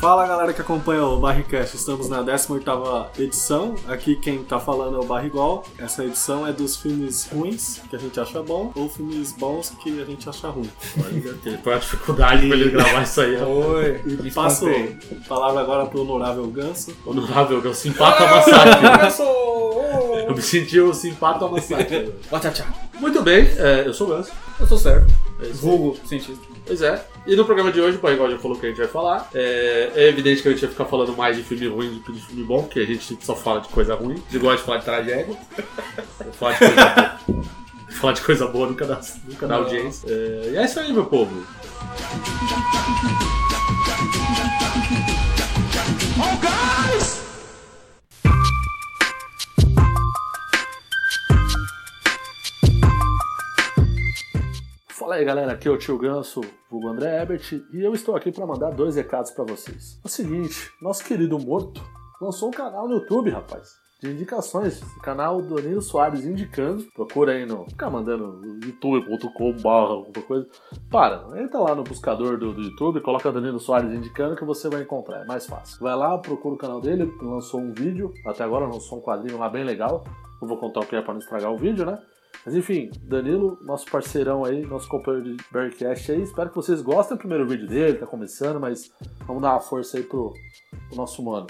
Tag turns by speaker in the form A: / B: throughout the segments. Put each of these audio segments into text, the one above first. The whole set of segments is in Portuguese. A: Fala galera que acompanha o Barricast, estamos na 18ª edição, aqui quem tá falando é o Barrigol. Essa edição é dos filmes ruins, que a gente acha bom, ou filmes bons que a gente acha ruim.
B: Olha, teve uma é dificuldade pra ele gravar isso aí. ó.
C: Oi,
A: E passo a palavra agora pro honorável Ganso.
B: Honorável, que é o simpato amassado.
C: sou.
B: Eu me senti o simpato amassado.
C: Tchau, tchau.
B: Muito bem, é, eu sou o Ganso.
C: Eu sou certo.
B: É isso aí.
C: Vulgo, cientista.
B: Pois é. E no programa de hoje, o Barrigol já falou que a gente vai falar. É, é evidente que a gente vai ficar falando mais de filme ruim do que de filme bom, porque a gente só fala de coisa ruim. A gente gosta de falar de tragédia. Eu falo de coisa boa. Falar de coisa boa nunca dá, nunca dá
C: Não.
B: audiência. É, e é isso aí, meu povo. Fala aí galera, aqui é o Tio Ganso, vulgo André Ebert, e eu estou aqui para mandar dois recados para vocês. É o seguinte, nosso querido Morto lançou um canal no YouTube, rapaz, de indicações, o canal do Danilo Soares indicando, procura aí no, fica mandando youtube.com barra alguma coisa, para, entra lá no buscador do, do YouTube, coloca Danilo Soares indicando que você vai encontrar, é mais fácil. Vai lá, procura o canal dele, lançou um vídeo, até agora lançou um quadrinho lá bem legal, não vou contar o que é para não estragar o vídeo, né? Mas enfim, Danilo, nosso parceirão aí, nosso companheiro de Bearcast aí, espero que vocês gostem do primeiro vídeo dele, tá começando, mas vamos dar uma força aí pro, pro nosso mano.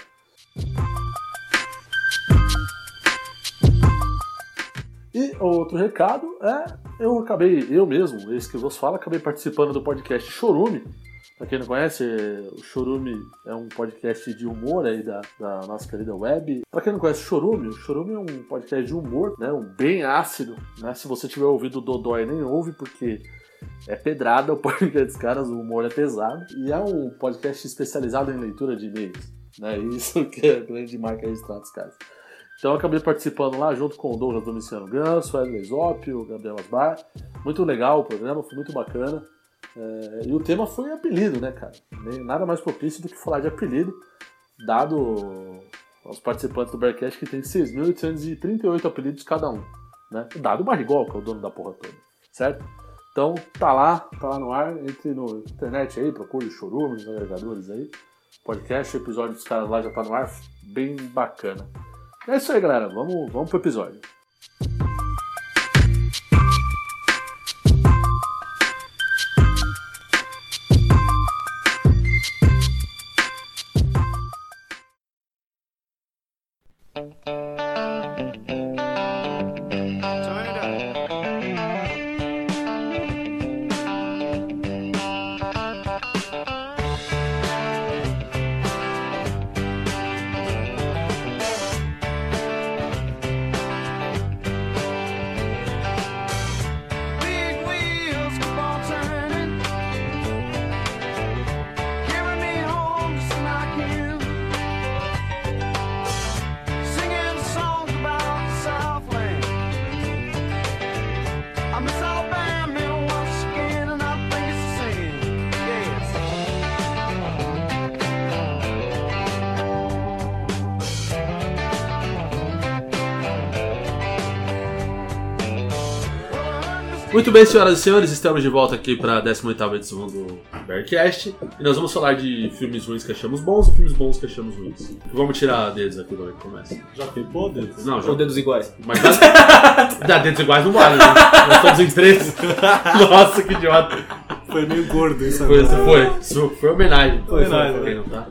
B: E outro recado é, eu acabei, eu mesmo, esse que vos fala, acabei participando do podcast Chorume. Pra quem não conhece, é, o Chorume é um podcast de humor aí da, da nossa querida web. Pra quem não conhece o Chorume, o Chorume é um podcast de humor, né? Um bem ácido, né? Se você tiver ouvido o Dodói, nem ouve, porque é pedrada o podcast dos caras, o humor é pesado. E é um podcast especializado em leitura de e-mails, né? Isso que é a grande marca registrada dos caras. Então eu acabei participando lá junto com o Douglas Domiciano Ganso, Wesley Zop, o Gabriel Asbar. Muito legal o programa, foi muito bacana. É, e o tema foi apelido, né, cara? Nem- Nada mais propício do que falar de apelido, dado aos participantes do Bearcast que tem 6.838 apelidos cada um, né? Dado o Barrigol, que é o dono da porra toda, certo? Então tá lá, tá lá no ar, entre no internet aí, procure o Chorume, os agregadores aí. Podcast, o episódio dos caras lá já tá no ar, bem bacana. É isso aí, galera. Vamos, vamos pro episódio.
D: Big wheels keep on turning, carrying me home just like you. Singing songs about the Southland. I miss Alabama once again, and I think it's a sin. Yes. Well, I heard Mr.
B: Muito bem, senhoras e senhores, estamos de volta aqui para a 18ª edição do Bearcast e nós vamos falar de filmes ruins que achamos bons e filmes bons que achamos ruins. Vamos tirar dedos aqui do que começa.
A: Já pipou, Deus?
B: Não, já...
C: Ou dedos iguais.
B: Mas dá dedos iguais não vale, né? Nós estamos em três. Nossa, que idiota.
A: Foi meio gordo isso
B: Foi,
A: agora.
B: isso foi, isso foi homenagem.
A: Foi homenagem,
B: Pra quem não tá.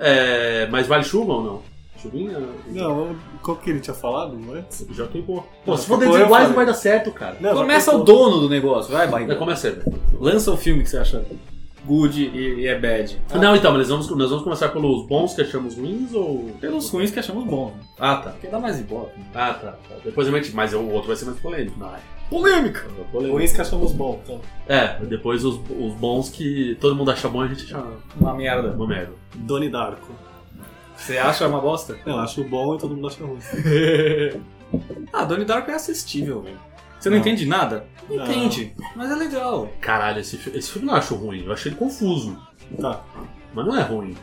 B: É, mas vale chuva ou não? Chuvinha?
A: Não, qual que ele tinha falado antes?
B: Já queimou. Pô,
A: Não,
B: se for
A: queimou,
B: dedos
A: eu
B: iguais
A: falei.
B: não vai dar certo, cara.
A: Não, já
C: Começa
A: pipou.
C: o dono do negócio,
D: é
C: vai,
B: Não,
C: barriga.
B: começa aí.
C: Lança um filme que você acha good e, e é bad.
B: Não, então, mas nós vamos, nós vamos começar pelos bons que achamos ruins ou.
C: Pelos ruins que achamos bons. né?
B: Ah, tá.
C: Porque dá mais ibope.
B: Ah, tá. tá. Depois a gente. Mas o outro vai ser mais polêmico. Não, é.
C: Polêmica!
B: É polêmico.
A: Ruins que achamos bom, então.
B: É, depois os, os bons que todo mundo acha bom a gente acha
C: Uma merda.
B: uma merda.
A: Doni Darko.
C: Você acha uma bosta?
A: Eu acho bom e todo mundo acha ruim.
C: Ah, Donnie Darko é assistível, velho. Você não,
A: Não.
C: entende nada?
A: Não.
C: Entende, mas é legal.
B: Caralho, esse, fi- esse filme eu não acho ruim. Eu achei ele confuso.
A: Tá.
B: Mas não é ruim.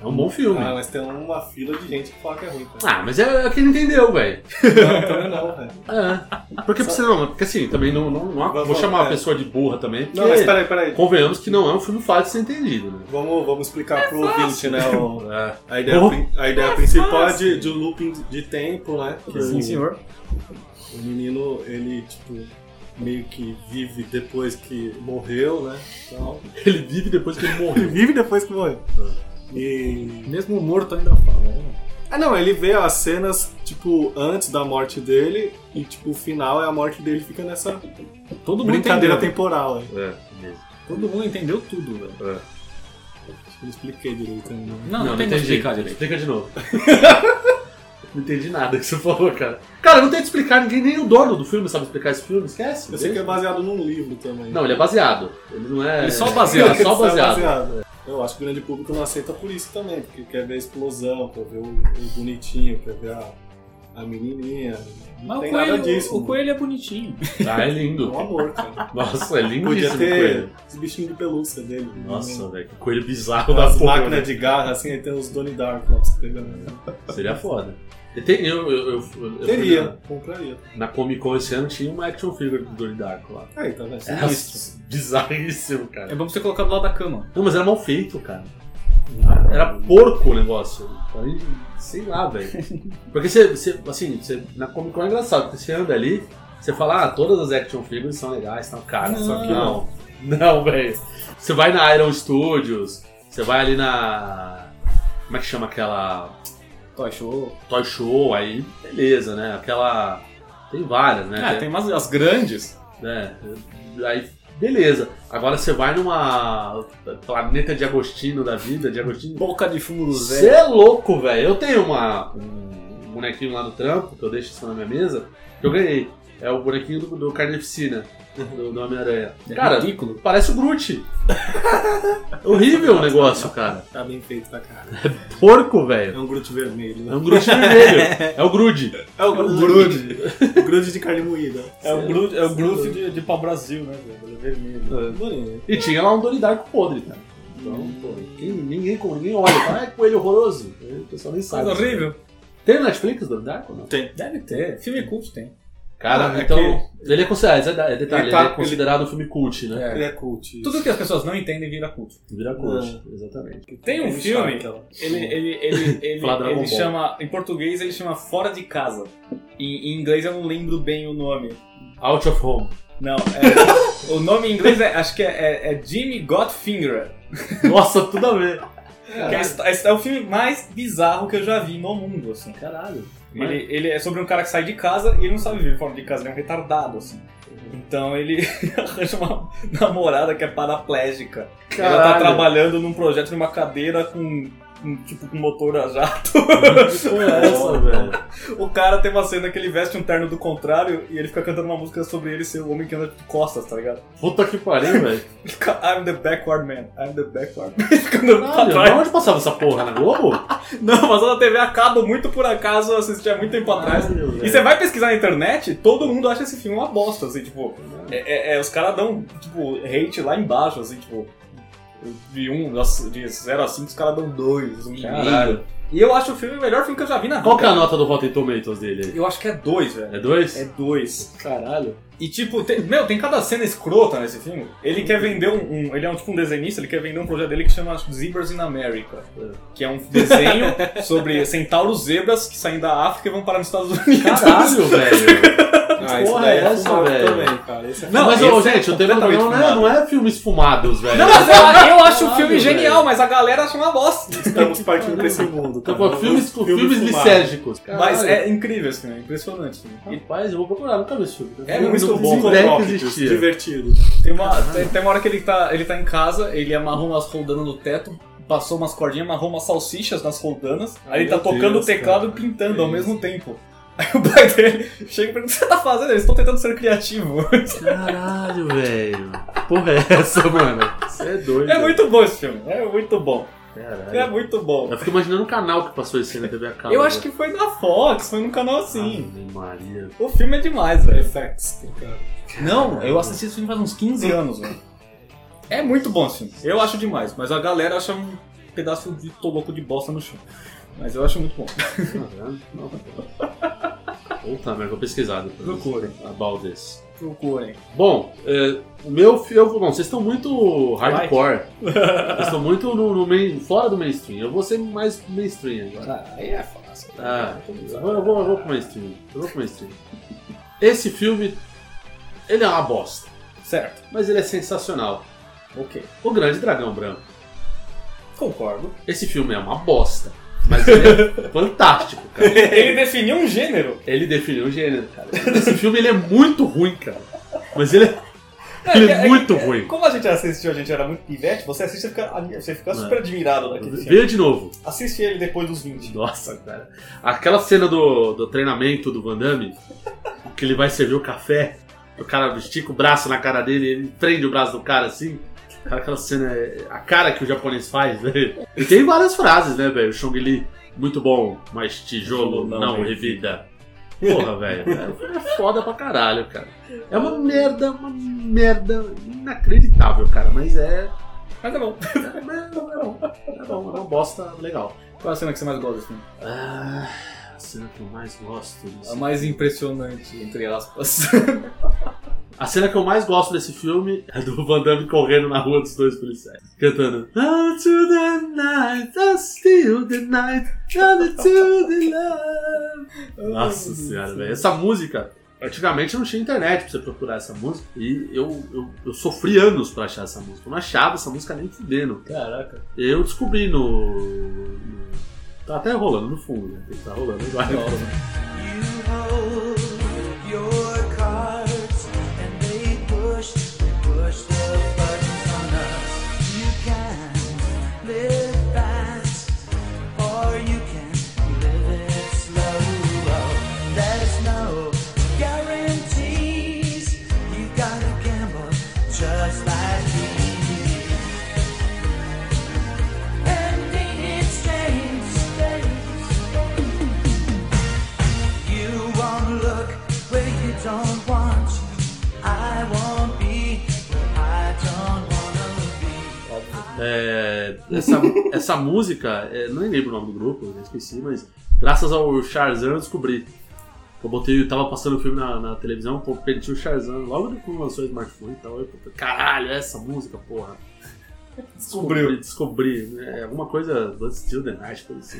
B: É um bom filme.
A: Ah, mas tem uma fila de gente que fala que é ruim. Cara.
B: Ah, mas é, é quem não entendeu, velho.
A: Não, então é não, velho.
B: É. Porque precisa, não, porque assim, também não, não, não-
A: Vamos-
B: vou chamar
A: é.
B: a pessoa de burra também. Porque,
A: Não, mas tá- peraí, peraí.
B: Convenhamos que não é um filme fácil de ser entendido, né?
A: Vamos, vamos explicar
C: É
A: pro ouvinte, né? o-
B: É.
A: a ideia,
B: Oh.
A: prin- a ideia principal é de, de um looping de tempo, né? Que o-
C: senhor.
A: O menino, ele, tipo, meio que vive depois que morreu, né? Então,
B: Ele vive depois que ele
A: ele
B: morreu.
A: vive depois que morreu. Tá. E...
C: Mesmo morto ainda fala. né?
A: Ah, não, ele vê as cenas, tipo, antes da morte dele e, tipo, o final é a morte dele fica nessa
C: Todo mundo
A: brincadeira
C: entendeu.
A: temporal, né?
B: É, mesmo.
C: Todo mundo entendeu tudo, velho.
B: É.
A: Acho que não expliquei direito ainda. né?
C: Não, não, tem como
B: entendi.
C: Ah, explicar direito.
B: Explica de novo. não entendi nada que você falou, cara. Cara, não tem que explicar, ninguém, nem o dono do filme sabe explicar esse filme, esquece.
A: Eu sei que
B: deixa.
A: é baseado num livro também.
B: Não, ele é baseado. Ele não é.
C: Ele só baseado.
B: É só baseado.
A: né? Eu acho que o grande público não aceita por isso também, porque quer ver a explosão, quer ver o, o bonitinho, quer ver a, a menininha. Não
C: Mas
A: tem
C: o coelho,
A: nada disso.
C: o
A: né?
C: coelho é bonitinho.
B: Ah, é
A: É um
B: lindo.
A: amor, cara.
B: Nossa, é
A: Podia
B: lindíssimo o
A: ter
B: coelho.
A: os bichinhos de pelúcia dele.
B: Nossa, velho, que coelho bizarro da
A: As
B: porra. né?
A: máquinas de garra, assim, aí tem os Donnie Dark lá pra você pegar. né?
B: Seria foda. E tem- eu, eu, eu, eu- eu
A: Teria,
B: fui
A: compraria.
B: Na, na Comic Con esse ano tinha uma action figure do Donnie Darko lá.
A: Aí, tá vendo?
B: Era bizarríssimo,
C: É
B: cara.
C: bom você colocar do lado da cama.
B: Não, mas era mal feito, cara. Era porco o negócio. Falei, Sei lá, velho. Porque você, você assim, você, na Comic Con é engraçado, porque você anda ali, você fala, ah, todas as action figures são legais, tão caras, só que não. Não, velho. Você vai na Iron Studios, você vai ali na. Como é que chama aquela.
C: Toy Show.
B: Toy Show, aí beleza, né? Aquela. Tem várias,
E: É.
B: né?
C: Ah, tem umas as grandes.
B: né? Aí, beleza. Agora você vai numa planeta de Agostino da vida, de Agostino.
C: Boca de fumo do
B: Você
C: Zé.
B: é louco, velho. Eu tenho uma, um bonequinho lá no trampo, que eu deixo em cima da minha mesa, que eu ganhei. É o bonequinho do, do Carnificina, do, do Homem-Aranha.
E: É
C: Cara,
B: Cara,
C: ridículo.
B: parece o Groot. É Horrível o negócio, cara.
A: Tá bem feito, tá, cara?
B: Porco,
A: É
B: velho.
A: um Groot vermelho.
B: É
A: né?
B: um Groot vermelho. É o Groot.
A: É o Groot. O Groot de carne moída.
E: É o Groot, é o Groot de, de pau Brasil, né, velho? Ele é vermelho.
A: Bonito.
B: E tinha lá um Donidarco podre, cara. Então,
E: Hum.
B: pô, quem- ninguém, ninguém olha, fala, ah, é coelho horroroso. O pessoal nem sabe.
C: Coisa horrível.
B: Tem no Netflix Donidarco ou não?
C: Deve ter. Filme culto tem.
B: Cara,
A: Ah, é
B: então. Ele é considerado, é, detalhe,
A: Ele
B: ele,
A: tá-
B: é considerado um filme cult, né?
A: Ele é cult.
C: Tudo que as pessoas não entendem vira culto.
B: Vira cult,
E: É.
B: exatamente.
E: Tem um
A: Ele é
E: filme,
A: sabe que ela-
E: ele, ele, ele, ele,
B: Falar Dragon
E: ele
B: Ball.
E: chama, em português ele chama Fora de Casa. Em, em inglês eu não lembro bem o nome.
B: Out of Home.
E: Não, é, o nome em inglês é, acho que é, é- é Jimmy Got Finger.
B: Nossa, tudo a ver.
E: Que é, a histó- é o filme mais bizarro que eu já vi no mundo, assim.
B: Caralho. Mas-
E: Ele, ele é sobre um cara que sai de casa e ele não sabe viver fora de casa, ele é um retardado, assim. Então ele arranja uma namorada que é paraplégica. Ela tá
B: Caralho.
E: trabalhando num projeto numa cadeira com, com, tipo, com motor a jato.
B: Nossa, é velho.
E: o cara tem uma cena que ele veste um terno do contrário e ele fica cantando uma música sobre ele ser o homem que anda de costas, tá ligado?
B: Puta que pariu, velho.
E: Ele fica, I'm the backward man, I'm the backward man. Ele fica andando pra
B: Caralho,
E: trás.
B: onde passava essa porra? Na Globo?
E: Não, mas na TV a cabo muito por acaso, eu assisti há muito tempo Tá atrás. é
B: Caralho,
E: E
B: velho.
E: você vai pesquisar na internet, todo mundo acha esse filme uma bosta, assim, tipo. É, é- é, os caras dão, tipo, hate lá embaixo, assim, tipo. De 1, um, de 0 a 5, os caras dão 2, um e meio.
B: Caralho.
E: E eu acho o filme o melhor filme que eu já vi na
B: Qual que é a
E: vida.
B: nota do Rotten Tomatoes dele
E: Eu acho que é 2, velho.
B: aí? É dois?
E: É 2.
B: Caralho.
E: E tipo, tem- meu, tem cada cena escrota nesse filme. Ele quer vender um, um- Ele é um tipo um desenhista, ele quer vender um projeto dele que chama acho, Zebras in America. Que é um desenho sobre centauros zebras que saem da África e vão parar nos Estados Unidos.
B: Caralho,
E: é
B: velho.
A: Ah, isso
B: porra
A: daí
B: é
A: é
B: essa,
A: fumado
B: velho?
A: também, cara. Esse é
B: Não, mas,
E: esse
B: ô,
E: é
B: gente, o tema do
E: completamente
B: programa não é,
E: fumado.
B: não é filmes fumados, velho.
E: Não, mas é eu, eu acho o
B: Caralho,
E: filme
B: velho.
E: genial, mas a galera acha uma bosta.
A: Estamos partindo desse mundo.
B: Então,
A: cara.
B: pô, filmes,
A: Filme
B: filmes
A: fumado.
B: licérgicos.
E: Mas
B: Caralho.
E: é incrível esse filme, é impressionante. E
B: Rapaz, eu vou procurar, nunca vi esse filme.
E: É
A: um
B: Não-
E: muito
B: não-
E: bom.
B: não- não
A: Psicotrópicos,
B: existia.
A: divertido.
E: tem, uma, tem, tem uma hora que ele tá, ele tá em casa, ele amarrou umas roldanas no teto, passou umas cordinhas, amarrou umas salsichas nas roldanas, aí ele tá
A: meu
E: tocando
A: Deus,
E: o teclado
A: cara.
E: e pintando ao
A: Que
E: mesmo tempo. Aí o pai dele chega e pergunta: O que você tá fazendo? Eles estão tentando ser criativos.
B: Caralho, velho. Porra, é essa, mano? Você é doido.
E: É muito bom esse filme, é muito bom. É
B: Caralho.
E: muito bom.
B: Eu fico imaginando um canal que passou esse na TV a cabo. né?
E: Eu acho que foi na Fox, foi num canal assim.
B: Ave Maria.
E: O filme é demais, velho.
A: FX,
E: tá
A: cara.
E: Não, eu assisti esse filme faz uns 15 anos, velho. É muito bom esse filme. Eu acho demais, mas a galera acha um pedaço de toloco de bosta no chão. Mas eu acho muito bom.
B: Puta merda, vou pesquisar depois.
E: Procure.
B: About this.
E: Procurem.
B: Bom, é, o meu. fi- Eu, vou- bom, vocês estão muito hardcore. Vocês estão muito no, no main- fora do mainstream. Eu vou ser mais mainstream agora.
E: Ah, aí é fácil.
B: Ah, eu vou, eu vou, eu vou pro mainstream. Eu vou pro mainstream. Esse filme. Ele é uma bosta,
E: Certo,
B: mas ele é sensacional.
E: ok.
B: O Grande Dragão Branco.
E: Concordo.
B: Esse filme é uma bosta, mas ele é fantástico, cara.
E: Ele definiu um gênero.
B: Ele definiu o gênero, cara. Esse filme ele é muito ruim, cara. Mas ele é,
E: É,
B: ele
E: é,
B: é
E: é,
B: muito ruim.
E: Como a gente assistiu, a gente era muito pivete, você assiste e fica, você fica super admirado daquele filme.
B: Veja de novo.
E: Assiste ele depois dos 20.
B: Nossa, cara. Aquela cena do, do treinamento do Van Damme, que ele vai servir o café, o cara estica o braço na cara dele, ele prende o braço do cara assim. Cara, aquela cena, é- a cara que o japonês faz, velho. E tem várias frases, né, velho? Chong Li, muito bom, mas tijolo
A: Não,
B: não,
A: velho.
B: revida. Porra, velho. É foda pra caralho, cara. É uma merda, uma merda inacreditável, cara. Mas é.
E: Mas é bom.
B: É, mas é bom, é bom, é uma bosta legal.
E: Qual a cena que você mais gosta assim? desse filme?
B: Ah, a cena que eu mais gosto. desse-
E: A mais impressionante, entre aspas.
B: A cena que eu mais gosto desse filme é do Van Damme correndo na rua dos dois policiais, cantando. Oh, to the night, oh, still the night, oh, to the love. Nossa senhora, velho. Essa música. Antigamente não tinha internet pra você procurar essa música. E eu, eu, eu sofri anos pra achar essa música. Eu não achava essa música nem fudendo.
E: Caraca.
B: Eu descobri no. no- Tá até rolando no fundo, né? Tá rolando agora.
F: Just like me. And ain't it strange? You won't look where you don't want. I won't be where I don't wanna be.
B: É, essa, essa música, é, não lembro o nome do grupo, eu esqueci, mas graças ao Charzan eu descobri. Eu botei, eu tava passando o filme na, na televisão, pô, perdi o Charzan logo depois que lançou o smartphone e tal. Eu, pô, caralho, essa música, porra.
E: Descobriu.
B: Descobri, né? Alguma coisa do Steel The Night, por assim.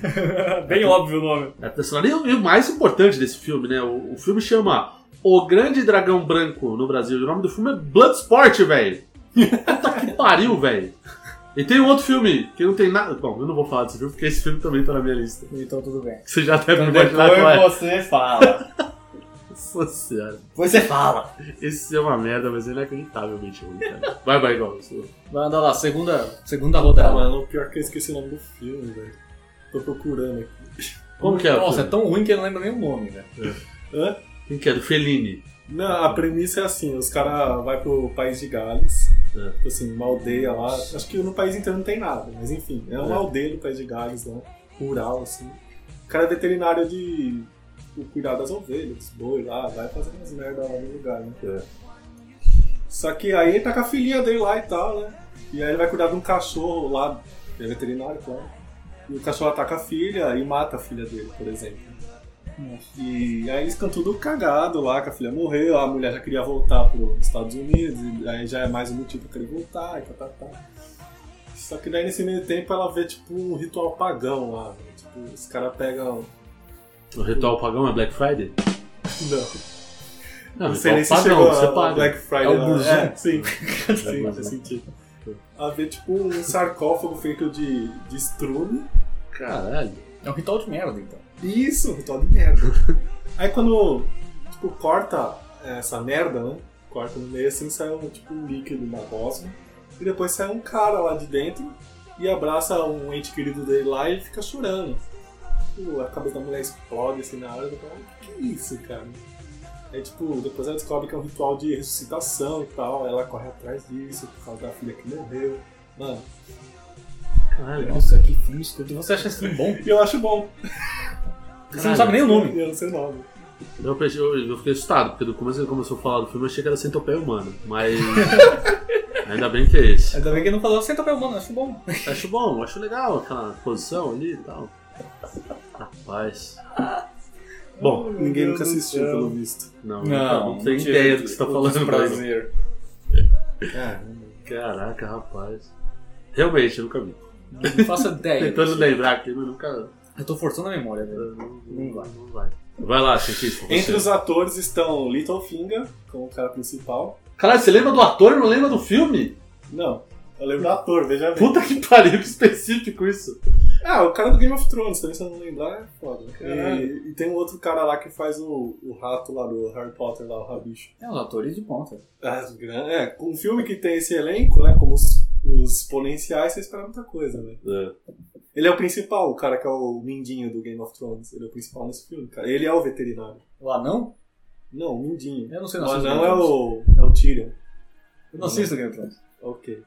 E: Bem óbvio o nome.
B: É personagem. E o- E o mais importante desse filme, né? O, o filme chama O Grande Dragão Branco no Brasil. E O nome do filme é Bloodsport, velho. Puta que pariu, velho. E tem um outro filme que não tem nada. Bom, eu não vou falar desse filme porque esse filme também tá na minha lista.
E: Então tudo bem.
B: Você já deve me
E: Então
B: imaginar qual é.
E: depois você fala.
B: Nossa senhora.
E: Depois você fala.
B: Esse é uma merda, mas ele é inacreditavelmente ruim, cara. Vai, vai, igual.
E: Vai andar lá, segunda, segunda
A: Tá,
E: rodada.
A: mano, o pior que eu esqueci o nome do filme, velho. Tô procurando aqui.
B: Como que é? o
E: Nossa, é
B: filme?
E: tão ruim que eu não lembro nem o nome, velho.
A: Hã?
B: Quem que é? Do Fellini.
A: Não, a premissa é assim, os caras vão pro país de Gales,
B: É.
A: tipo assim, uma aldeia lá. Acho que no país inteiro não tem nada, mas enfim, é uma
B: É.
A: aldeia do país de Gales, né? Rural, assim. O cara é veterinário de tipo, cuidar das ovelhas, dos boi lá, vai fazer umas merda lá no lugar, né?
B: É.
A: Só que aí ele tá com a filhinha dele lá e tal, né? E aí ele vai cuidar de um cachorro lá, ele é veterinário, claro. E o cachorro ataca a filha e mata a filha dele, por exemplo. E aí eles ficam tudo cagado lá, que a filha morreu, a mulher já queria voltar para os Estados Unidos, e aí já é mais um motivo pra querer voltar, e tá, tá, tá. Só que daí nesse meio tempo ela vê tipo um ritual pagão lá, né? tipo, os caras pegam.
B: O Ritual Pagão é Black Friday?
A: Não,
B: Não,
A: não sei
B: Ritual
A: nem se
B: Pagão,
A: chegou
B: você
A: a, a
B: paga.
A: Black Friday.
B: É o né?
A: lá.
B: Burzum.
A: É, sim, sim,
B: Burzum.
A: faz sentido. Ela vê tipo um sarcófago feito de, de estrume,
B: Caralho.
E: É um ritual de merda, então.
A: Isso, ritual de merda. Aí quando, tipo, corta essa merda, né? Corta no meio assim, sai um, tipo, um líquido, uma gosma. E depois sai um cara lá de dentro e abraça um ente querido dele lá e fica chorando. Tipo, a cabeça da mulher explode assim na hora. Eu falo, "Ah, que que é isso, cara? Aí, tipo, depois ela descobre que é um ritual de ressuscitação e tal. Ela corre atrás disso por causa da filha que morreu. Mano,
B: Caralho.
E: Nossa, que filme escroto. Você acha esse filme bom?
A: eu acho bom.
E: Você não sabe nem o um nome.
A: Eu não sei o nome.
B: Eu, pensei- eu, eu fiquei assustado, porque do começo ele começou a falar do filme, eu achei que era centopeia humana. Mas. Ainda bem que é esse.
E: Ainda bem que ele não falou, senta pra humano, acho bom.
B: Acho bom, acho legal aquela posição ali e tal. Rapaz.
A: Bom, ninguém nunca assistiu, pelo visto.
B: Não, não, não tenho ideia do que você tá falando, mas.
E: prazer.
A: É,
B: Caraca, rapaz. Realmente, eu nunca vi.
E: Não faço ideia.
B: Tentando lembrar aqui, mas nunca.
E: Eu tô forçando a memória, velho.
B: Não vai. Não vai. Vai lá, cientista. você.
A: Entre os atores estão Littlefinger, como o cara principal.
B: Caralho, você lembra do ator e não lembra do filme?
A: Não, eu lembro do ator, veja bem.
B: Puta que pariu, que específico isso.
A: Ah, o cara do Game of Thrones, também se eu não lembrar, é foda.
E: Caralho.
A: E, e tem um outro cara lá que faz o, o rato lá do Harry Potter, lá, o rabicho.
E: É, os atores de ponta.
A: Ah, gran- É, com um filme que tem esse elenco, né, como os, os exponenciais, você espera muita coisa, né?
B: É.
A: Ele é o principal, o cara que é o mindinho do Game of Thrones. Ele é o principal nesse filme, cara. Ele é o veterinário.
E: O anão?
A: Não, o mindinho.
E: Eu não sei
A: O
E: não assisto
A: anão
E: Game
A: é
E: of Thrones.
A: o, é o Tyrion.
E: Eu não assisto Game of Thrones.
A: Ok.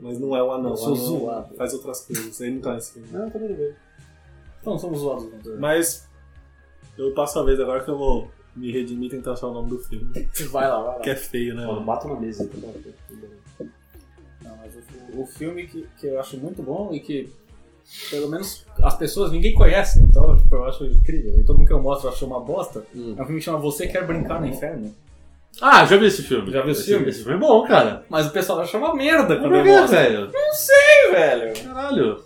A: Mas não é o anão.
E: Eu
A: o
E: sou
A: anão
E: zoado.
A: Faz outras coisas. Ele não tá nesse filme.
E: Não, também não vejo. Então, somos zoados. Não
A: Mas eu passo a vez agora que eu vou me redimir e tentar achar o nome do filme.
E: Vai lá, vai lá.
A: Que é feio, né? mano?
B: Bato na mesa.
E: Não, mas o, o filme que, que eu acho muito bom e que, pelo menos, as pessoas ninguém conhece, então tipo, eu acho incrível. E todo mundo que eu mostro achou uma bosta. É um filme que chama Você Quer Brincar no Inferno?
B: Ah, já vi esse filme.
E: Já viu esse
B: esse
E: filme?
B: Esse filme é bom, cara. é
E: Mas o pessoal acha uma merda quando
B: Por
E: eu
B: que,
E: mostro.
B: velho?
E: Não sei, velho.
B: Caralho.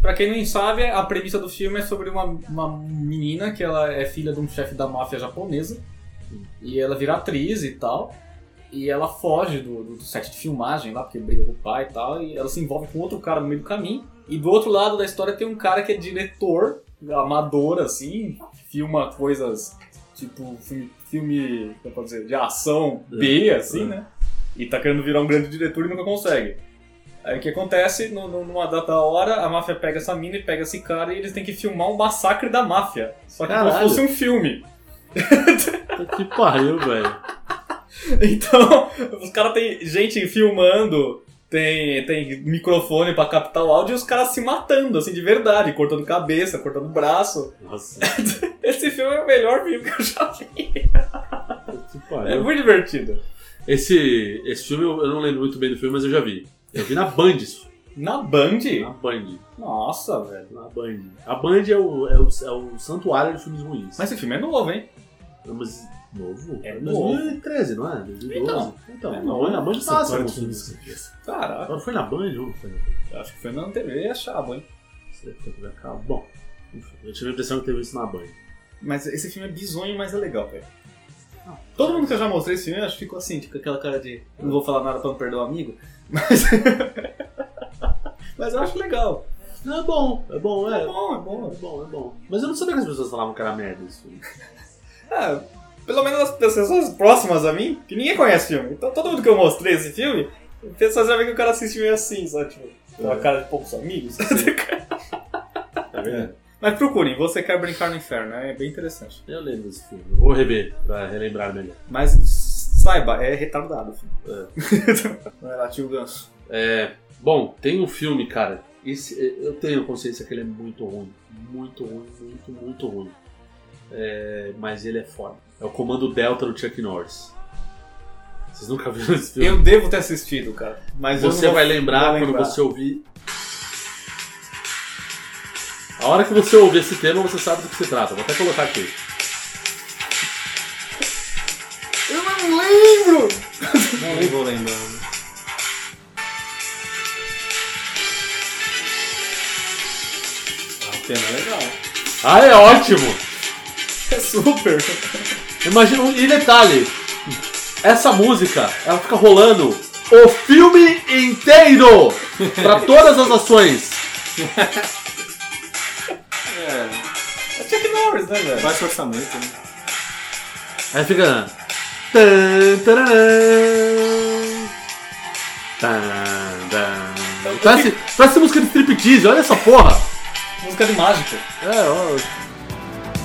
E: Pra quem não sabe, a premissa do filme é sobre uma, uma menina que ela é filha de um chefe da máfia japonesa. E ela vira atriz e tal. E ela foge do, do- do set de filmagem lá, porque briga com o pai e tal. E ela se envolve com outro cara no meio do caminho. E do outro lado da história tem um cara que é diretor, amador, assim, filma coisas tipo filme, filme como é eu posso dizer, de ação B, assim, né? E tá querendo virar um grande diretor e nunca consegue. Aí o que acontece, no- no- numa data hora, a máfia pega essa mina e pega esse cara e eles têm que filmar um massacre da máfia. Só que
B: Caralho.
E: como se fosse um filme.
B: Puta Que pariu, velho.
E: Então, os caras têm gente filmando, tem, tem microfone pra captar o áudio e os caras se matando, assim, de verdade, cortando cabeça, cortando braço.
B: Nossa,
E: Esse filme é o melhor filme que eu já vi.
B: que
E: É
B: pariu.
E: muito divertido.
B: Esse, esse filme, eu eu não lembro muito bem do filme, mas eu já vi. Eu vi na Band isso.
E: Na Band?
B: Na Band.
E: Nossa, velho.
B: Na Band. A Band é o, é o, é o santuário de filmes ruins. É,
E: Mas esse filme é novo, hein?
B: Mas novo?
E: É
B: 2013, não é? 2012.
E: Então,
B: então
E: é
B: não, na Band
A: Nossa,
B: passa
A: agora
B: alguns
A: que eu vi
B: filmes.
A: isso aqui.
E: Caraca,
B: Agora foi na Band ou foi na
E: acho que foi na TV é chavo, hein?
B: Será que foi na Cabo? Bom, enfim, eu tive a impressão de ter visto na Band.
E: Mas esse filme é bizonho, mas é legal, velho. Ah, Todo mundo que eu já mostrei esse filme, acho que ficou assim, tipo, com aquela cara de não vou falar nada pra não perder o amigo, mas... mas eu acho legal.
B: Não, é bom, é bom, é.
E: É bom, é
B: É
E: bom.
B: bom, é bom. Mas eu não sabia que as pessoas falavam que era merda esse filme.
E: É, pelo menos as pessoas próximas a mim, que ninguém conhece o filme. Então todo mundo que eu mostrei esse filme, pessoas já vê que o cara assiste meio assim, sabe? Tipo, com a cara de poucos amigos. assim.
B: Tá vendo?
E: mas procurem, Você Quer Brincar no Inferno, é bem interessante.
B: Eu lembro desse filme. Eu Vou rever pra relembrar melhor.
E: Mas saiba, é retardado o filme. Vai lá, tio Ganso.
B: É, bom, tem um filme, cara. Esse, eu tenho consciência que ele é muito ruim. Muito ruim, muito, muito ruim. É, mas ele é foda. É o Comando Delta do Chuck Norris. Vocês nunca viram esse filme?
E: Eu devo ter assistido, cara. Mas eu
B: você
E: não vou-
B: vai lembrar
E: vou
B: quando você ouvir. A hora que você ouvir esse tema, você sabe do que se trata. Vou até colocar aqui.
E: Eu não lembro!
A: Não vou lembrar. né?
B: Ah, é ótimo!
E: É super!
B: Imagina, um, e detalhe, essa música, ela fica rolando o filme inteiro pra todas as ações.
E: É Chuck Norris, né, velho?
A: Baixo orçamento, né?
B: Aí fica. tan, tararã, tan, tan. Parece, parece música de striptease, olha essa porra!
E: Música de mágica.
B: É, ó.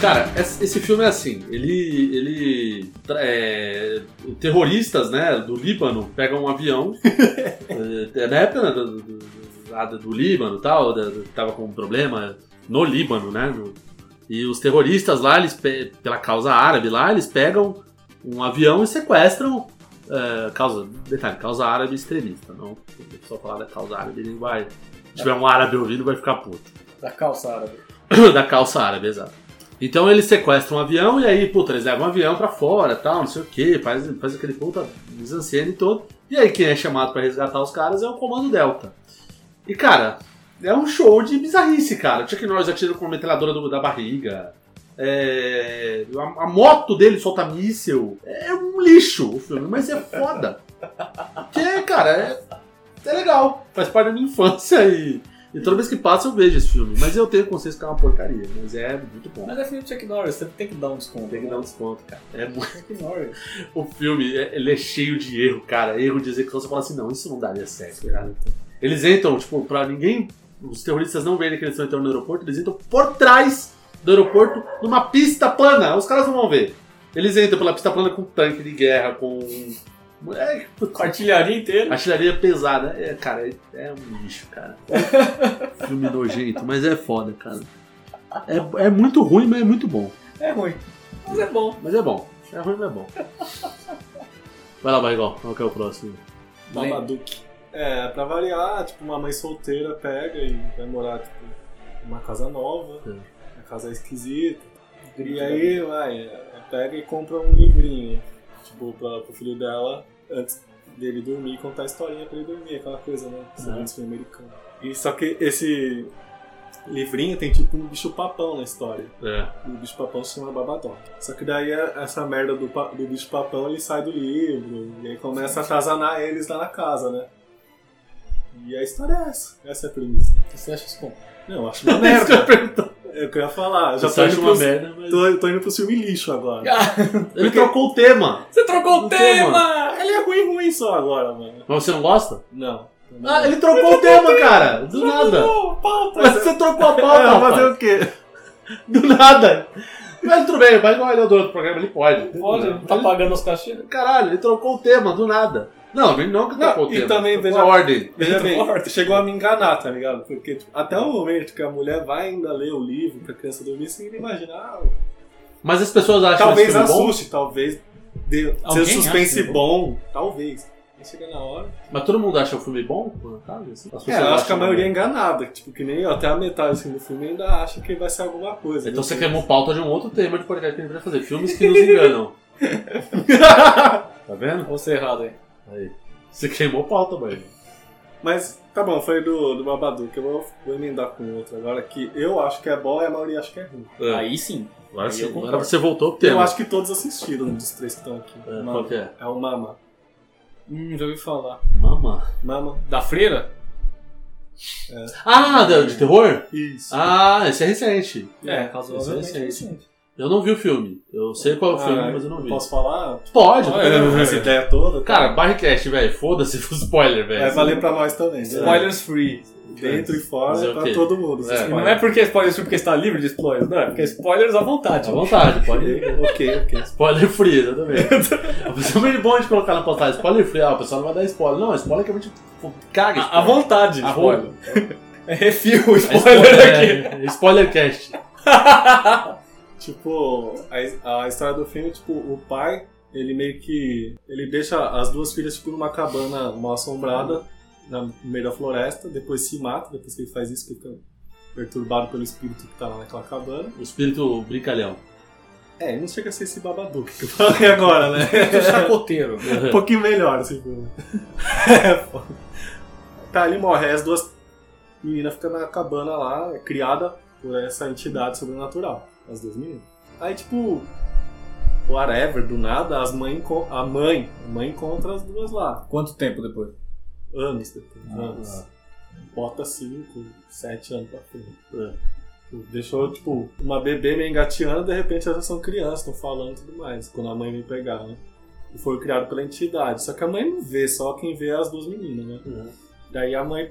B: Cara, es- esse filme é assim, ele. ele. tra- é, terroristas, né, do Líbano pegam um avião. é, na época né, do, do, do, do Líbano e tal, da, do- tava com um problema no Líbano, né? no- e os terroristas lá, eles pe- pela causa árabe lá, eles pegam um avião e sequestram. é, causa, detalhe, causa árabe extremista, não. Se só falar da causa árabe, ele vai. Se tiver um árabe ouvindo, vai ficar puto
E: Da calça árabe.
B: da calça árabe, exato. Então eles sequestram um avião e aí, puta, eles levam o avião pra fora, tal, não sei o que, faz, faz aquele puta desancene todo. E aí quem é chamado pra resgatar os caras é o Comando Delta. E cara, é um show de bizarrice, cara. O Chuck Norris atira com a metralhadora do- da barriga. É, a, a moto dele solta míssil. É um lixo o filme, mas é foda. Porque, cara, é, é legal. Faz parte da minha infância e e toda vez que passa eu vejo esse filme. Mas eu tenho consciência que é uma porcaria. Mas é muito bom.
E: Mas é filme do Chuck Norris, você tem que dar um desconto.
B: Tem que
E: né?
B: dar um desconto, cara. É muito...
E: Chuck Norris.
B: O filme é, ele é cheio de erro, cara. Erro de execução. Você fala assim, não, isso não daria certo, cara. Eles entram, tipo, pra ninguém... Os terroristas não verem que eles estão entrando no aeroporto. Eles entram por trás do aeroporto numa pista plana. Os caras não vão ver. Eles entram pela pista plana com tanque de guerra, com... É,
E: Com a artilharia inteira.
B: Artilharia pesada. É, cara, é- é um lixo, cara. Filme nojento, mas é foda, cara. É, é muito ruim, mas é muito bom.
E: É ruim. Mas é bom.
B: Mas é bom. É ruim, mas é bom. Vai lá, Barrigol. Qual que é o próximo?
A: Babadook. É, pra variar, tipo, uma mãe solteira pega e vai morar, tipo, numa casa nova,
B: Sim.
A: a casa é esquisita. E aí, vai, é, pega e compra um livrinho, tipo, pra, pro filho dela, antes dele dormir, contar a historinha pra ele dormir, aquela coisa, né? que Você vê nesse filme americano. E só que esse livrinho tem, tipo, um bicho-papão na história.
B: É.
A: E o bicho papão se chama Babadoc. Só que daí a- essa merda do, pa- do bicho papão ele sai do livro. E aí começa a atazanar eles lá na casa, né? E a história é essa. Essa é a premissa.
E: Você acha isso bom?
A: Não, eu acho uma
B: Isso que eu ia
A: merda.
B: perguntar.
A: É o que eu ia falar. Já
B: Você
A: tô
B: acha
A: indo,
B: uma
A: pros,
B: merda, mas...
A: tô, tô indo pro filme lixo agora.
B: Ele trocou o tema.
E: Ah, Você trocou
B: Não
E: o
B: tem,
E: tema!
A: Ele é ruim, ruim só agora, mano.
B: Mas você Ah, não gosta?
A: Não.
B: Ah, ele trocou o tema, cara. Do nada.
A: Não, pauta.
B: Mas você trocou a pauta,
A: Ah, fazer
B: rapaz.
A: o quê?
B: Do nada. Mas tudo bem, o Barrigol ele é o dono do programa, ele pode.
E: Olha,
B: Ele-
E: tá pagando os cachê?
B: Caralho, ele trocou o tema do nada. Não, ele não que
A: Não,
B: trocou o
A: e
B: tema.
A: também,
B: trocou
A: veja-
B: a ordem.
A: Veja bem,
E: Porta.
A: chegou a me enganar, tá ligado? Porque tipo, até o momento que a mulher vai ainda ler o livro pra criança dormir, você imagina, ah,
B: Mas as pessoas acham
A: Talvez
B: esse filme Tá bom.
A: assuste, talvez dê
E: Alguém
A: seu suspense
E: acha
A: bom. Talvez. Aí chega na hora.
B: Mas todo mundo acha o filme bom, por acaso? assim? As
A: É,
B: pessoas
A: eu acho que a
B: acham
A: maioria é
B: bom.
A: enganada. Tipo, que nem até a metade assim, do filme ainda acha que vai ser alguma coisa.
B: Então
A: né?
B: você queimou pauta de um outro tema de podcast que a gente vai fazer. Filmes que nos enganam. tá vendo?
E: Ou você errado aí?
B: Aí. Você queimou pauta, velho.
A: Mas tá bom, foi do, do Babadook. Eu vou, vou emendar com outro agora que eu acho que é bom e a maioria acha que é ruim.
E: Aí sim.
B: Ah, Agora,
E: Aí
B: sim,
E: eu
B: agora
E: concordo.
B: você voltou pro
A: Eu
B: tema.
A: acho que todos assistiram um dos três que estão aqui.
B: um. É,
A: Mama.
B: qual que é?
A: É o Mama.
E: Hum, já ouvi falar.
B: Mama.
A: Mama.
E: Da freira?
B: Ah, da- de terror?
A: Isso.
B: Ah, esse é recente.
A: É,
B: esse é recente. Eu não vi o filme. Eu sei qual é o
A: Ah,
B: filme, mas eu não vi.
A: Posso falar?
B: Pode.
A: Essa ideia toda. tá?
B: Cara, Barricast, velho. Foda-se o spoiler, velho.
A: vai valer pra nós também. né?
E: Spoilers free.
A: Dentro e
B: Mas é
A: fora,
B: o
A: pra
B: quê?
A: todo mundo.
B: É,
A: Vocês
B: mas
E: E não é porque é spoilers free porque está livre de spoilers, não. É porque é spoilers à vontade.
B: À vontade, pode ir.
A: ok, ok.
B: Spoiler free, exatamente. Isso é muito bom de colocar na postagem. Spoiler free, ah, o pessoal não vai dar spoiler. Não, spoiler que a gente pô, caga.
E: À à vontade.
B: À
E: spoiler.
B: vontade.
E: Ah. É refil
B: É
E: o spoiler aqui.
B: spoiler, é, é spoilercast.
A: Tipo, a, a história do filme, tipo, o pai, ele meio que. Ele deixa as duas filhas, tipo, numa cabana mal assombrada, na, no meio da floresta, depois se mata, depois que ele faz isso, que fica perturbado pelo espírito que tá lá naquela cabana.
B: O espírito brincalhão.
A: É, não chega a ser esse babaduque que eu falei agora, né?
E: chacoteiro.
A: Um pouquinho melhor, assim, pô. É, Tá, ele morre, aí as duas meninas ficam na cabana lá, criada por essa entidade sobrenatural. As duas meninas. Aí, tipo, whatever, do nada, as mãe, enco- a mãe, a mãe encontra as duas lá.
E: Quanto tempo depois?
A: Anos depois,
B: Ah.
A: anos. Bota 5, 7 anos pra frente.
B: É.
A: Tipo, Deixou, tipo, uma bebê meio engateando, de repente elas são crianças, estão falando e tudo mais, quando a mãe vem pegar, né? E foi criado é pela entidade. Só que a mãe não vê, só quem vê é as duas meninas, né? Daí a mãe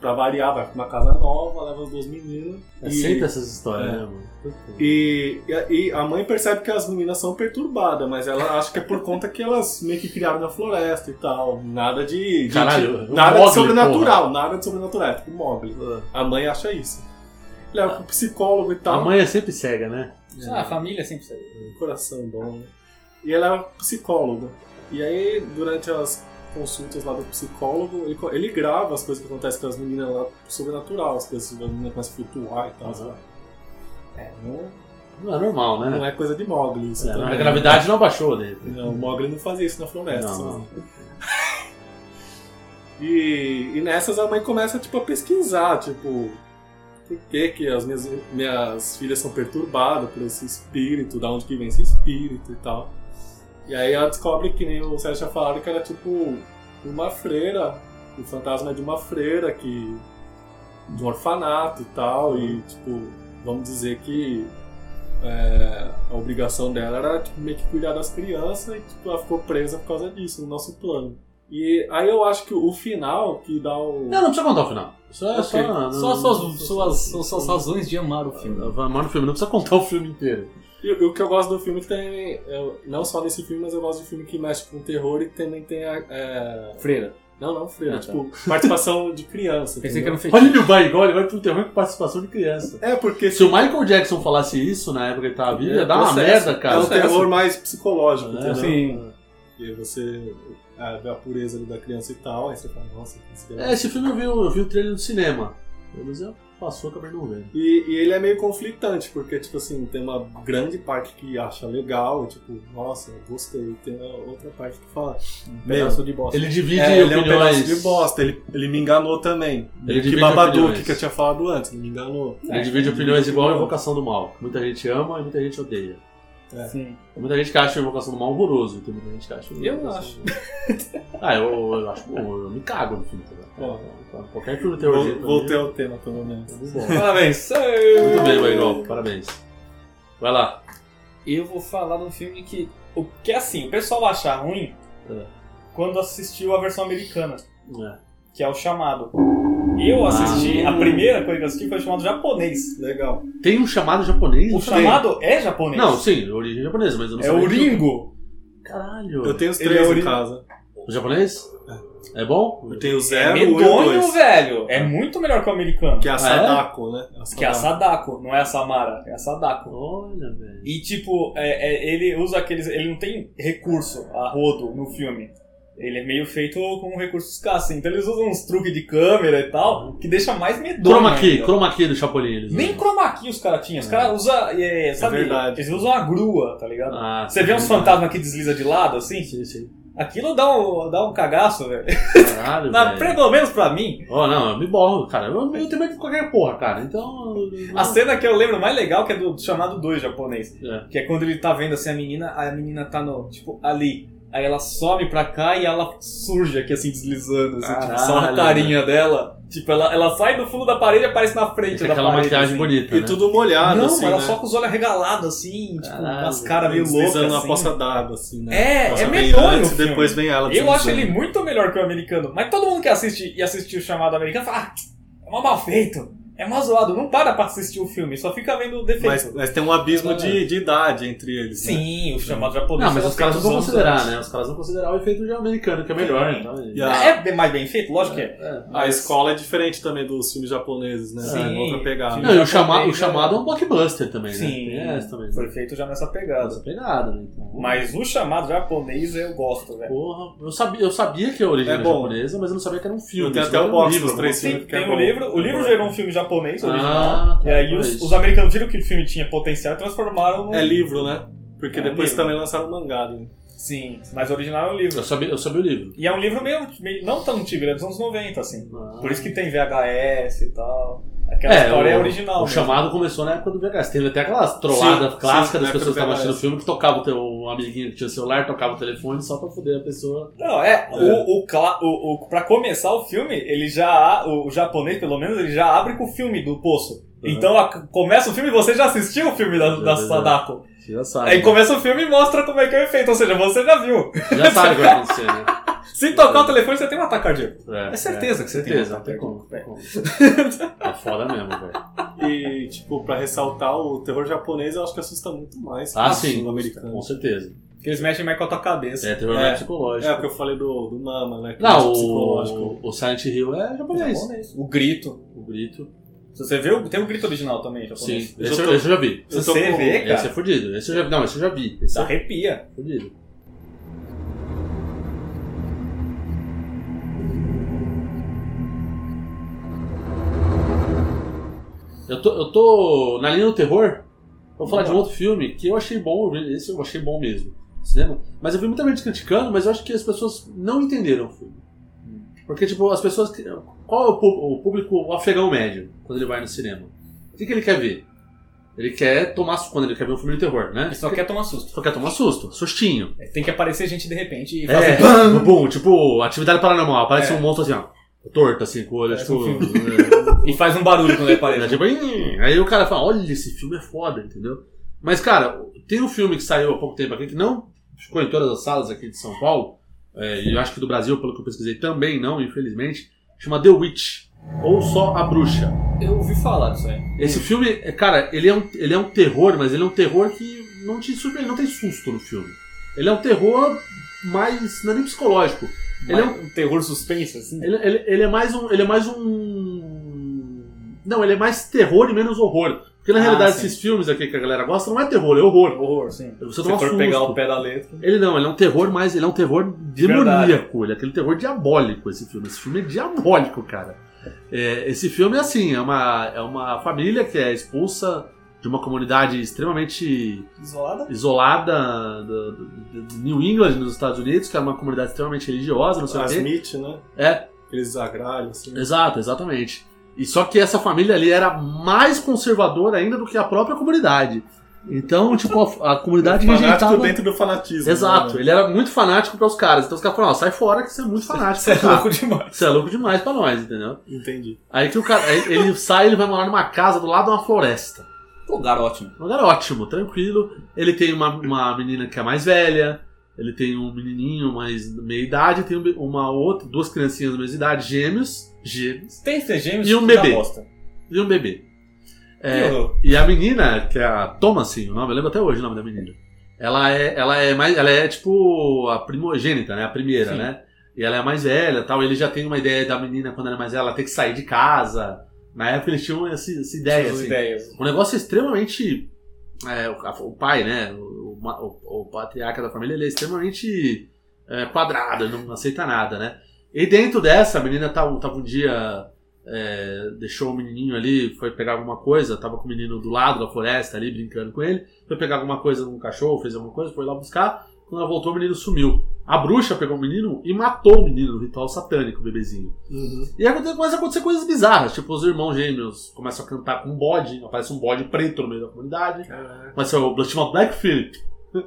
A: Pra variar, vai pra uma casa nova, leva as duas meninas.
B: É
A: e-
B: sempre essas histórias,
A: É.
B: né, mano? Puta.
A: E, e a- e a mãe percebe que as meninas são perturbadas, mas ela acha que é por conta que elas meio que criaram na floresta e tal. Nada de. de-
B: Caralho, um o
A: nada de
B: Mowgli,
A: sobrenatural, nada de sobrenatural, é tipo Mogli. A mãe acha isso. Leva pro psicólogo e
E: Tá.
B: porra.
A: tal. um
B: A mãe é sempre cega, né?
E: Ah, a família sempre sabe.
A: Coração bom, né? E ela é psicóloga. E aí, durante as consultas lá do psicólogo, ele, co- ele grava as coisas que acontecem com as meninas lá sobrenatural, as coisas que as meninas começam a flutuar e tal. sabe? É, não,
B: Não é normal, né?
A: não é coisa de Mogli isso.
B: É,
A: também.
B: a gravidade não baixou, né?
A: Não, o Mogli não fazia isso na floresta.
B: Não,
A: sabe?
B: não.
A: E, e nessas a mãe começa tipo, a pesquisar, tipo, por que, que as minhas, minhas filhas são perturbadas por esse espírito, da onde que vem esse espírito e tal. E aí ela descobre que nem o Sérgio já falaram que era tipo uma freira, o fantasma é de uma freira que. de um orfanato e tal, e tipo, vamos dizer que é, a obrigação dela era tipo, meio que cuidar das crianças e tipo, ela ficou presa por causa disso, no nosso plano. E aí eu acho que o final que dá o.
B: Não, não precisa contar o final. Isso é
E: Ok.
B: só.
E: Só
B: não-
E: as suas, suas, suas, suas razões de amar o filme.
B: Vai amar no filme, não precisa contar o filme inteiro.
A: E o que eu gosto do filme que tem. eu- não só nesse filme, mas eu gosto de filme que mexe com terror e que também tem a. é,
E: Freira.
A: Não, não, freira.
E: Ah, tá.
A: tipo, participação de criança.
E: Pensei
A: entendeu?
E: que era um feitiço.
B: Olha ele vai igual, ele vai pro terror com participação de criança.
A: É, porque
B: Se o Michael Jackson falasse isso na época que ele tava vivo,
E: É,
B: ia dar uma
E: processo.
B: merda,
A: é
B: cara.
A: um terror mais psicológico,
B: É,
A: entendeu?
E: sim.
A: E aí você ah, vê a pureza ali da criança e tal, aí você fala, nossa, que isso
B: É, esse filme eu vi, eu vi o trailer no cinema. Mas eu passou, acabei não vendo.
A: E, e ele é meio conflitante, porque, tipo assim, tem uma grande parte que acha legal, tipo, nossa, eu gostei. e Tem a outra parte que fala,
E: Um Pedaço de bosta.
B: Ele divide
A: é, ele é um
B: opiniões.
A: pedaço de bosta, ele, ele me enganou também.
B: Ele
A: que
B: divide
A: Babadook
B: opiniões.
A: que eu tinha falado antes, ele me enganou.
B: Ele divide opiniões igual a Invocação do Mal. Muita gente ama e muita gente odeia.
E: Sim.
B: Tem muita gente que acha a Invocação do Mal horroroso. Tem muita gente que acha.
E: Eu
B: Invocação
E: acho.
B: do Mal- Ah, eu, eu acho. pô, eu me cago no filme. cara.
A: Bom.
B: Qualquer filme
A: Vol-
B: terrorista. pra
A: Voltei
B: mim,
A: ao tema, pelo menos.
B: é bom.
E: Parabéns.
B: Muito bem, Bairol. Parabéns. Vai lá.
E: Eu vou falar de um filme que. O que é assim, o pessoal vai achar ruim
B: É.
E: quando assistiu a versão americana,
B: É.
E: que é o chamado. Eu assisti, a primeira coisa que eu assisti foi o chamado japonês.
A: Legal.
B: Tem um chamado japonês?
E: O
B: Não sabia.
E: chamado é japonês.
B: Não, sim, origem japonesa, mas eu não
E: é
B: sabia
E: o
B: que-
E: Ringo.
B: Caralho.
A: Eu tenho os
E: Ele
A: três
E: é
A: em
E: ori-
A: casa.
B: O japonês? É bom?
A: Eu tenho o
E: É
A: zero, o um e o
E: medonho,
A: dois.
E: velho. É muito melhor que o americano.
A: Que é a
B: Ah, é?
A: Sadako, né?
E: Que é a Sadako, não é a Samara, é a Sadako.
B: Olha, velho.
E: E tipo, é- é- ele usa aqueles. Ele não tem recurso a rodo no filme. Ele é meio feito com recursos escassos. Então eles usam uns truques de câmera e tal, que deixa mais medonho.
B: Chroma key,
E: ainda.
B: chroma key do Chapolin. Eles
E: né? Nem
B: usam.
E: chroma key os caras tinham. Os caras usam. É, sabe,
A: verdade.
E: Eles usam a grua, tá ligado?
B: Ah,
E: Você vê uns fantasmas que desliza de lado, assim?
B: Sim, sim.
E: Aquilo dá um, dá um cagaço,
B: É
E: velho.
B: Caralho,
E: Mas,
B: velho.
E: Pelo menos pra mim,
B: Oh, não, eu me borro, cara. Eu, eu tenho medo de qualquer porra, cara. Então. eu-
E: a cena que eu lembro mais legal que é do, do chamado 2 japonês.
B: É.
E: Que é quando ele tá vendo assim a menina, aí a menina tá no, tipo, ali. Aí ela sobe pra cá e ela surge aqui, assim, deslizando, assim, tipo, só a
B: Caralho,
E: carinha dela. Tipo, ela, ela sai do fundo da parede e aparece na frente
B: Tem
E: da
B: aquela é
E: parede.
B: maquiagem
E: assim.
B: bonita.
A: E
B: né?
A: tudo molhado,
E: Não,
A: assim,
E: ela
A: né?
E: só com os olhos arregalados, assim, tipo,
B: Caralho,
E: com as caras meio loucas.
A: Deslizando
E: assim.
A: na poça d'água, assim, né?
E: É,
A: Ela
E: é
A: vem
E: medonho
A: antes,
E: o filme.
A: depois vem ela assim,
E: Eu acho
A: deslizando.
E: ele muito melhor que o americano, mas todo mundo que assiste e assistiu o chamado americano fala, ah, é mó mal feito, é mó zoado, não para pra assistir o filme, só fica vendo o defeito.
A: Mas, mas tem um abismo de, de idade entre eles. né?
E: Sim, o chamado japonês.
B: Não, mas
E: era
B: os caras não
E: feito
B: vão
E: dos anos
B: considerar,
E: antes.
B: né? Os caras vão considerar o efeito já americano, que é melhor. Então, e-
A: E a-
E: É mais bem feito? Lógico que é.
A: A escola é diferente também dos filmes japoneses, né?
E: Sim.
A: É uma outra pegada.
B: Não, e o, chama,
E: japonês,
B: o chamado é um blockbuster também, né?
E: Sim,
B: Tem essa também.
E: foi feito já nessa
B: Essa
E: pegada.
B: pegada, né? Então,
E: Mas o chamado japonês eu gosto, velho.
B: Porra, eu sabia, eu sabia que a origem
A: É
B: era
A: bom.
B: japonesa, mas eu não sabia que era um filme.
A: Eu tenho
B: Isso
A: até
B: era
A: o
B: um
A: box dos três
B: alguma
A: filmes.
E: Sim,
A: que é
E: tem
A: bom.
E: o livro. O livro
A: É bom.
E: gerou um filme japonês
B: coisa.
E: original.
B: Ah, tá,
E: e aí
B: por
E: os,
B: isso.
E: os americanos viram que o filme tinha potencial e transformaram no.
A: É livro, né? Porque
E: É
A: depois
E: livro.
A: também lançaram né? mangado.
E: Sim, mas o original é um livro.
B: Eu sabia, eu sabia o livro.
E: E é um livro meio, meio- não tão antigo, ele é dos anos 90, assim. Por isso que tem VHS e tal. Aquela
B: Ah. É,
E: história
B: o-
E: é original.
B: O
E: mesmo.
B: chamado começou na época do VHS. Teve até aquelas trolladas
A: Sim,
B: clássicas
A: sim,
B: das
A: na
B: pessoas que
A: época do
B: estavam assistindo
A: VHS.
B: filme que tocava o teu um amiguinho que tinha celular, tocava o telefone só pra foder a pessoa.
E: Não, é, O, o, cla- o, o- pra começar o filme, ele já. a- O, o japonês, pelo menos, ele já abre com o filme do poço. Então a- começa o filme e você já assistiu o filme da,
B: Uhum. Já,
E: da
B: já, já.
E: Sadako.
B: Você já sabe. né?
E: Aí começa o filme e mostra como é que é o efeito, ou seja, você já viu.
B: Já sabe o que vai acontecer, né?
E: Se tocar o telefone, você tem um ataque cardíaco. É certeza que você tem
B: certeza,
E: um
B: não tem
E: ataque
B: como.
E: cardíaco.
B: É foda mesmo, velho.
A: E, tipo, pra ressaltar, o terror japonês eu acho que assusta muito mais que
B: Ah,
A: o
B: sim.
A: americano.
B: Com certeza.
E: Porque eles mexem mais com a tua cabeça.
B: É terror
A: É. É,
B: psicológico.
A: o que eu falei do, do Mama, né? que é
B: Não,
A: psicológico.
B: o, o Silent Hill é japonês.
E: O grito.
B: O grito.
E: Se você viu, tem o grito original também,
B: Sim,
E: japonês.
B: esse eu, esse eu já vi.
E: Se você vê, cara,
B: Esse é fudido. Esse eu já, não, esse eu já vi. Esse é
E: arrepia.
B: fudido. Eu tô, eu tô na linha do terror. Vou falar de um outro filme que eu achei bom, esse eu achei bom mesmo. Cinema. Mas eu vi muita gente criticando, mas eu acho que as pessoas não entenderam o filme. Porque, tipo, as pessoas. que- Qual é o pú- o público o afegão médio quando ele vai no cinema? O que, que ele quer ver? Ele quer tomar. su- Quando ele quer ver um filme de terror, né?
E: Ele só quer tomar susto.
B: Só quer tomar um susto, sustinho.
E: É, Tem que aparecer gente de repente e fazer
B: É, bum, bum, tipo, atividade paranormal. Aparece
E: É.
B: um monstro assim, ó, torto, assim, com o olho,
E: Parece
B: tipo.
E: um
B: é,
E: E faz um barulho quando ele
B: é,
E: aparece.
B: tipo, "Ih". aí o cara fala, olha, esse filme é foda, entendeu? Mas, cara, tem um filme que saiu há pouco tempo aqui, que não ficou em todas as salas aqui de São Paulo, é, e eu acho que do Brasil, pelo que eu pesquisei, também não, infelizmente, chama The Witch, ou só A Bruxa.
E: Eu ouvi falar disso aí.
B: Esse filme, é, cara, ele é, um, ele é um terror, mas ele é um terror que não te surpreende, não tem susto no filme. Ele é um terror mais. não é nem psicológico. Ele é um-
E: terror suspense, assim.
B: Ele, ele- ele é mais um. Ele é mais um. Não, ele é mais terror e menos horror. Porque na
E: Ah,
B: realidade,
E: sim.
B: esses filmes aqui que a galera gosta não é terror, é horror.
E: Horror, sim.
B: Você
E: Se
B: toma
E: for
B: susto.
E: pegar o pé da letra.
B: Ele não, ele é um terror, mas ele é um terror
E: verdade.
B: demoníaco. Ele é aquele terror diabólico, esse filme. Esse filme é diabólico, cara. É, esse filme é assim, é uma, é uma família que é expulsa de uma comunidade extremamente
E: Isolada?
B: isolada do, do- do- do New England, nos Estados Unidos, que é uma comunidade extremamente religiosa, não sei
A: As
B: o quê.
A: Mitch, né?
B: É,
A: Aqueles agralhos, assim.
B: Exato, exatamente. E só que essa família ali era mais conservadora ainda do que a própria comunidade. Então, tipo, a, a comunidade
A: Fanático
B: rejeitava.
A: dentro do fanatismo.
B: Exato,
A: né?
B: ele era muito fanático para os caras. Então os caras falaram, ó, sai fora que você é muito fanático.
E: Você é
B: cara.
E: louco demais.
B: Você é louco demais pra nós, entendeu?
A: Entendi.
B: Aí que o cara. aí ele sai ele vai morar numa casa do lado de uma floresta.
E: Pô, garoto.
B: Um lugar ótimo, tranquilo. Ele tem uma, uma menina que é mais velha, ele tem um menininho mais meia idade, tem um- uma outra, duas criancinhas da mesma idade, gêmeos, gêmeos,
E: Tem que ter gêmeos
B: E um
E: que dá
B: bebê.
E: bosta.
B: e um bebê. É,
E: Que horror.
B: E a menina, que é a Thomasin, o nome, eu lembro até hoje o nome da menina. Ela é, ela é mais, ela é tipo a primogênita, né? A primeira,
E: Sim.
B: né? E ela é a mais velha, tal. Ele já tem uma ideia da menina quando ela é mais velha, ela tem que sair de casa. Na época eles tinham essa, essa ideia,
E: Essas
B: assim.
E: ideias.
B: Um negócio extremamente. é, o, a- o pai, né? O, o ma- o- o patriarca da família, ele é extremamente é, quadrado, ele não aceita nada, né? E dentro dessa, a menina tava, tava um dia. é, deixou o menininho ali, foi pegar alguma coisa, tava com o menino do lado da floresta ali, brincando com ele. Foi pegar alguma coisa num cachorro, fez alguma coisa, foi lá buscar. Quando ela voltou, o menino sumiu. A bruxa pegou o menino e matou o menino no ritual satânico, o bebezinho.
A: Uhum.
B: E aí aconte- começa a acontecer coisas bizarras, tipo, os irmãos gêmeos começam a cantar com um bode, aparece um bode preto no meio da comunidade. Mas o chama Black Philip.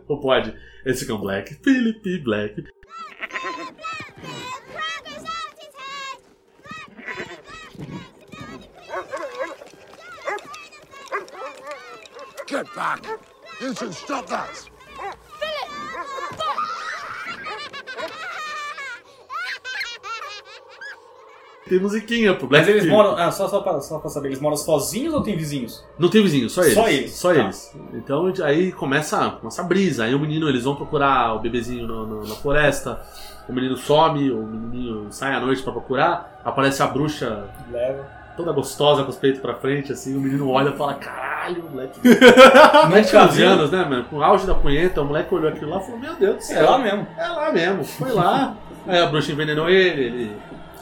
B: O bode. Esse que é um Black Philip, Black.
G: Get back! You should stop that!
B: Tem musiquinha pro Black
E: Mas eles
B: Phillip.
E: moram. Ah, só, só, pra, só pra saber, eles moram sozinhos ou tem vizinhos?
B: Não tem vizinho, só eles.
E: Só eles,
B: Só
E: tá.
B: eles. Então aí começa, começa a brisa. Aí o menino, eles vão procurar o bebezinho no- no- na floresta. O menino some, o menininho sai à noite pra procurar. Aparece a bruxa
E: Leva.
B: toda gostosa, com os peitos pra frente, assim, o menino olha e fala, caralho, moleque.
E: Nunca
B: 11
E: vi.
B: anos, né, mano? Com o auge da punheta, o moleque olhou aquilo lá e falou, meu Deus do
E: É
B: céu,
E: lá mesmo.
B: é lá mesmo. Foi lá. Aí a bruxa envenenou ele, ele,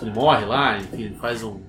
B: ele morre lá, enfim, ele faz um,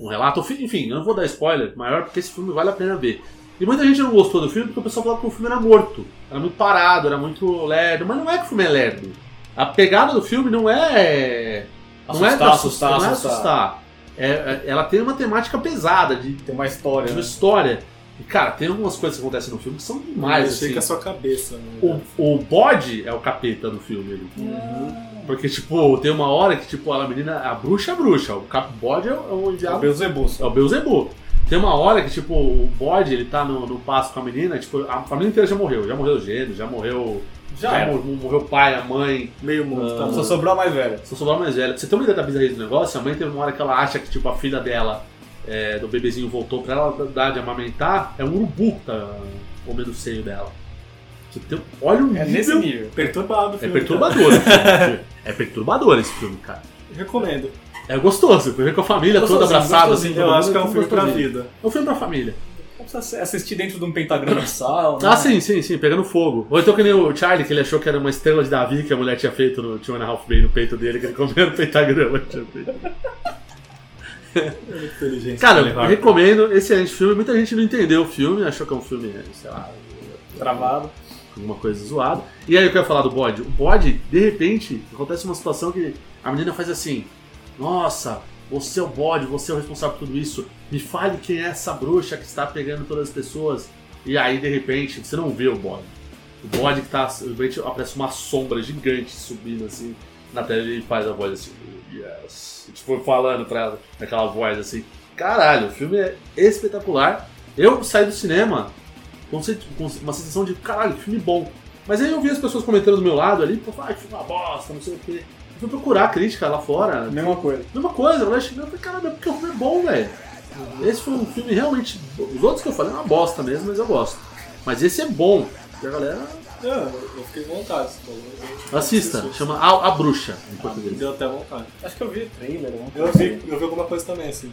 B: um relato. Enfim, eu não vou dar spoiler maior, porque esse filme vale a pena ver. E muita gente não gostou do filme porque o pessoal falava que o filme era morto. Era muito parado, era muito lerdo. Mas não é que o filme é lerdo. A pegada do filme não é. não é
E: Assustar,
B: pra
E: assustar,
B: não é
E: assustar.
B: assustar. É- é- ela tem uma temática pesada de
E: Tem uma história.
B: de
E: né?
B: uma história. E, cara, tem algumas coisas que acontecem no filme que são demais.
A: Mexer
B: assim.
A: com a sua cabeça, né?
B: O, o bode é o capeta do filme. ele.
E: Uhum.
B: Porque, tipo, tem uma hora que, tipo, a menina, a bruxa é a bruxa, o cap- bode é o, é o
E: É o
B: diabo,
E: Beelzebus.
B: é o Beuzebu. Tem uma hora que, tipo, o bode, ele tá no, no passo com a menina, tipo, a família inteira já morreu. Já morreu o gênio, já morreu.
E: Já era.
B: mor- morreu o pai, a mãe.
A: Meio mundo tá
E: Só
A: morto.
E: sobrou a mais velha.
B: Só sobrou a mais velha. Pra Você tem uma ideia da bizarrice do negócio? A mãe teve uma hora que ela acha que, tipo, a filha dela, é, do bebezinho, voltou pra ela dar de amamentar. É um urubu que tá comendo o seio dela. Você tem- um, olha o
E: É nesse
B: nível.
E: nível.
A: Perturbado, o
B: É
A: filme,
B: perturbador esse filme. É perturbador esse filme, cara.
A: cara. Recomendo.
B: É gostoso, ver com a família toda
E: Gostosinho,
B: abraçada
E: gostosinho.
B: assim. todo
A: Eu acho
B: mundo,
A: que é um filme pra
B: gostosinho.
A: vida.
B: É um filme pra família.
E: Não precisa assistir dentro de um pentagrama sal. né?
B: Ah, sim, sim, sim, pegando fogo. Ou então que nem o Charlie, que ele achou que era uma estrela de Davi que a mulher tinha feito no Two and a Half Men no peito dele, que ele comeu no pentagrama. que tinha feito.
A: Inteligência.
B: Cara,
A: Levar.
B: eu recomendo, excelente filme. Muita gente não entendeu o filme, achou que é um filme, sei lá,
E: Ah. Travado.
B: alguma coisa zoada. E aí eu quero falar do bode. O bode, de repente, acontece uma situação que a menina faz assim: Nossa, você é o bode, você é o responsável por tudo isso. Me fale quem é essa bruxa que está pegando todas as pessoas. E aí, de repente, você não vê o bode. O bode que tá. De repente aparece uma sombra gigante subindo assim na tela e faz a voz assim, "Oh, yes. E, tipo, falando pra ela, naquela voz assim. Caralho, o filme é espetacular. Eu saí do cinema com sen- com uma sensação de, caralho, que filme bom. Mas aí eu vi as pessoas comentando do meu lado ali, pô, ah, que filme é uma bosta, não sei o quê. Eu fui procurar a crítica lá fora.
E: Mesma coisa.
B: Mesma coisa, eu achei, eu falei, caralho, é porque o filme é bom, velho. Esse foi um filme realmente. bom. Os outros que eu falei é uma bosta mesmo, mas eu gosto. Mas esse é bom. E a galera
A: É, eu fiquei com vontade. você falou, eu-
B: assista,
A: eu-
B: chama A, A Bruxa em português.
A: Deu até vontade.
E: Acho que eu vi trailer. né? alguma
A: Eu
E: coisa.
A: vi, eu vi alguma coisa também, assim.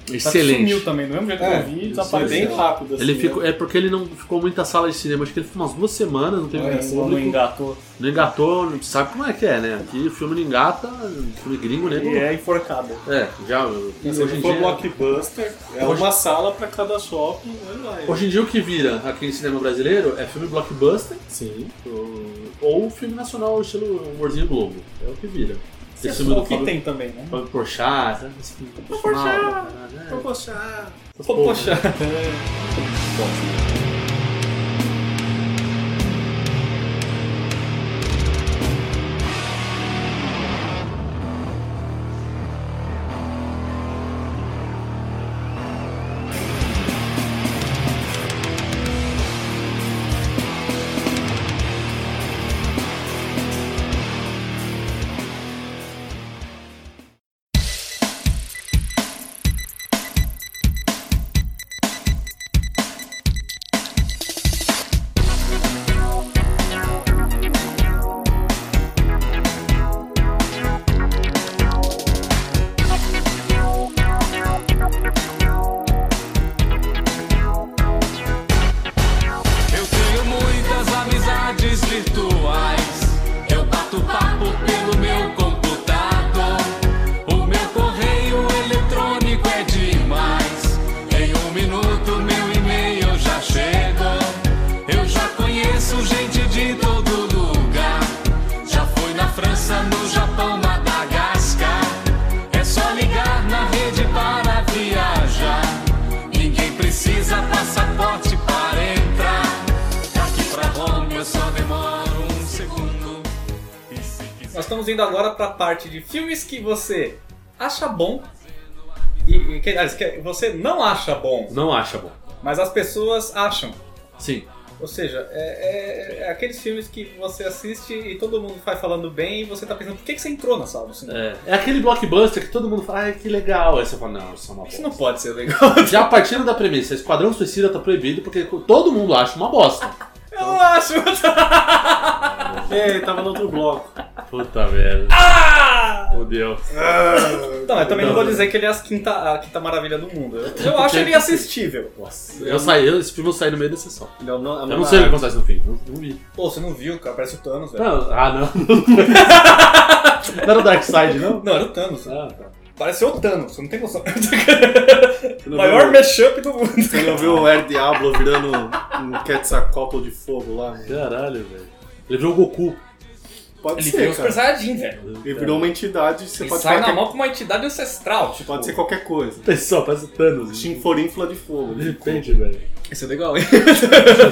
E: Só que Sumiu
B: Excelente.
E: também, do mesmo jeito
A: É,
E: que eu vi,
A: Foi bem
E: desapareceu.
A: rápido, assim.
B: Ele
A: né?
B: ficou, é porque ele não ficou muita sala de cinema, acho que ele ficou umas duas semanas, não teve
E: Olha,
B: muito
E: esse É, não
B: público.
E: engatou.
B: Não engatou, não sabe como é que é, né? Aqui o filme não engata, o filme gringo, né?
E: E é enforcado.
B: É, já.
A: Mas
B: Hoje
A: se
B: em,
A: for
B: dia,
A: Assim, blockbuster, é
B: Hoje-
A: uma sala pra cada shopping online.
B: hoje em dia o que vira aqui em cinema brasileiro é filme blockbuster
A: Sim.
B: ou- ou filme nacional estilo Humorzinho Globo. É o que vira.
E: Esse
B: filme
E: é o
B: do
E: que
B: Fábio-
E: tem também, né?
B: Fábio Porchat, sabe? Esse filme nacional, né?
A: Poxa,
B: Essas
E: Pô,
B: porra,
E: Poxa.
B: né?
D: Eu tenho muitas amizades virtuais. Eu bato papo pelo meu computador. O meu correio eletrônico é demais. Em um minuto, meu e-mail já chegou. Eu já conheço gente de todo lugar. Já fui na França, no Japão, Madagascar. É só ligar na rede para viajar. Ninguém precisa passaporte para entrar. Daqui pra Roma eu só demoro um segundo. E se quiser.
E: Nós estamos indo agora pra parte de filmes que você acha bom e, e que, aliás, que você não acha bom,
B: Não acha bom.
E: mas as pessoas acham.
B: Sim.
E: Ou seja, é, é- é aqueles filmes que você assiste e todo mundo vai falando bem e você tá pensando, por que, que você entrou na sala do cinema?
B: É, é aquele blockbuster que todo mundo fala, ai que legal. Aí você fala, não, isso é uma
E: Isso
B: bosta.
E: não é pode ser legal.
B: Já partindo da premissa, Esquadrão Suicida tá proibido porque todo mundo acha uma bosta.
E: Eu não acho.
A: É, ele tava no outro bloco.
B: Puta merda.
E: Ah!
B: Fudeu.
E: Não, eu também não vou dizer que ele é as quinta, a quinta maravilha do mundo. Eu, eu acho ele assistível.
B: Nossa, eu saí, eu- esse filme eu saí no meio da sessão.
A: Ele é o non- a
B: Eu não
A: nona
B: sei o que
A: arte.
B: acontece no fim, não, não vi.
E: Pô, você não viu, cara? Parece o Thanos, velho.
B: Não, ah, não. não era o Dark Side, não?
E: Não, era o Thanos. né?
B: Ah, tá.
E: Parece o Thanos, você não tem noção.
A: não
E: Maior
A: viu?
E: mashup do mundo.
A: Você não viu o El Diablo virando um Quetzalcoatl de fogo lá? né?
B: Caralho, velho. Ele virou o Goku.
A: Pode
H: Ele
A: ser,
E: é um
B: um
H: virou
A: cara.
H: Super Saiyajin, velho.
A: Ele virou uma entidade, você
H: Ele
A: pode
H: sai
A: falar
H: na
A: que
H: mão com uma entidade ancestral. Tipo,
A: pode ser qualquer coisa.
B: Pessoal, parece o Thanos.
A: Chinforinfla de fogo. Tipo,
B: De repente, velho.
E: Isso é legal, hein?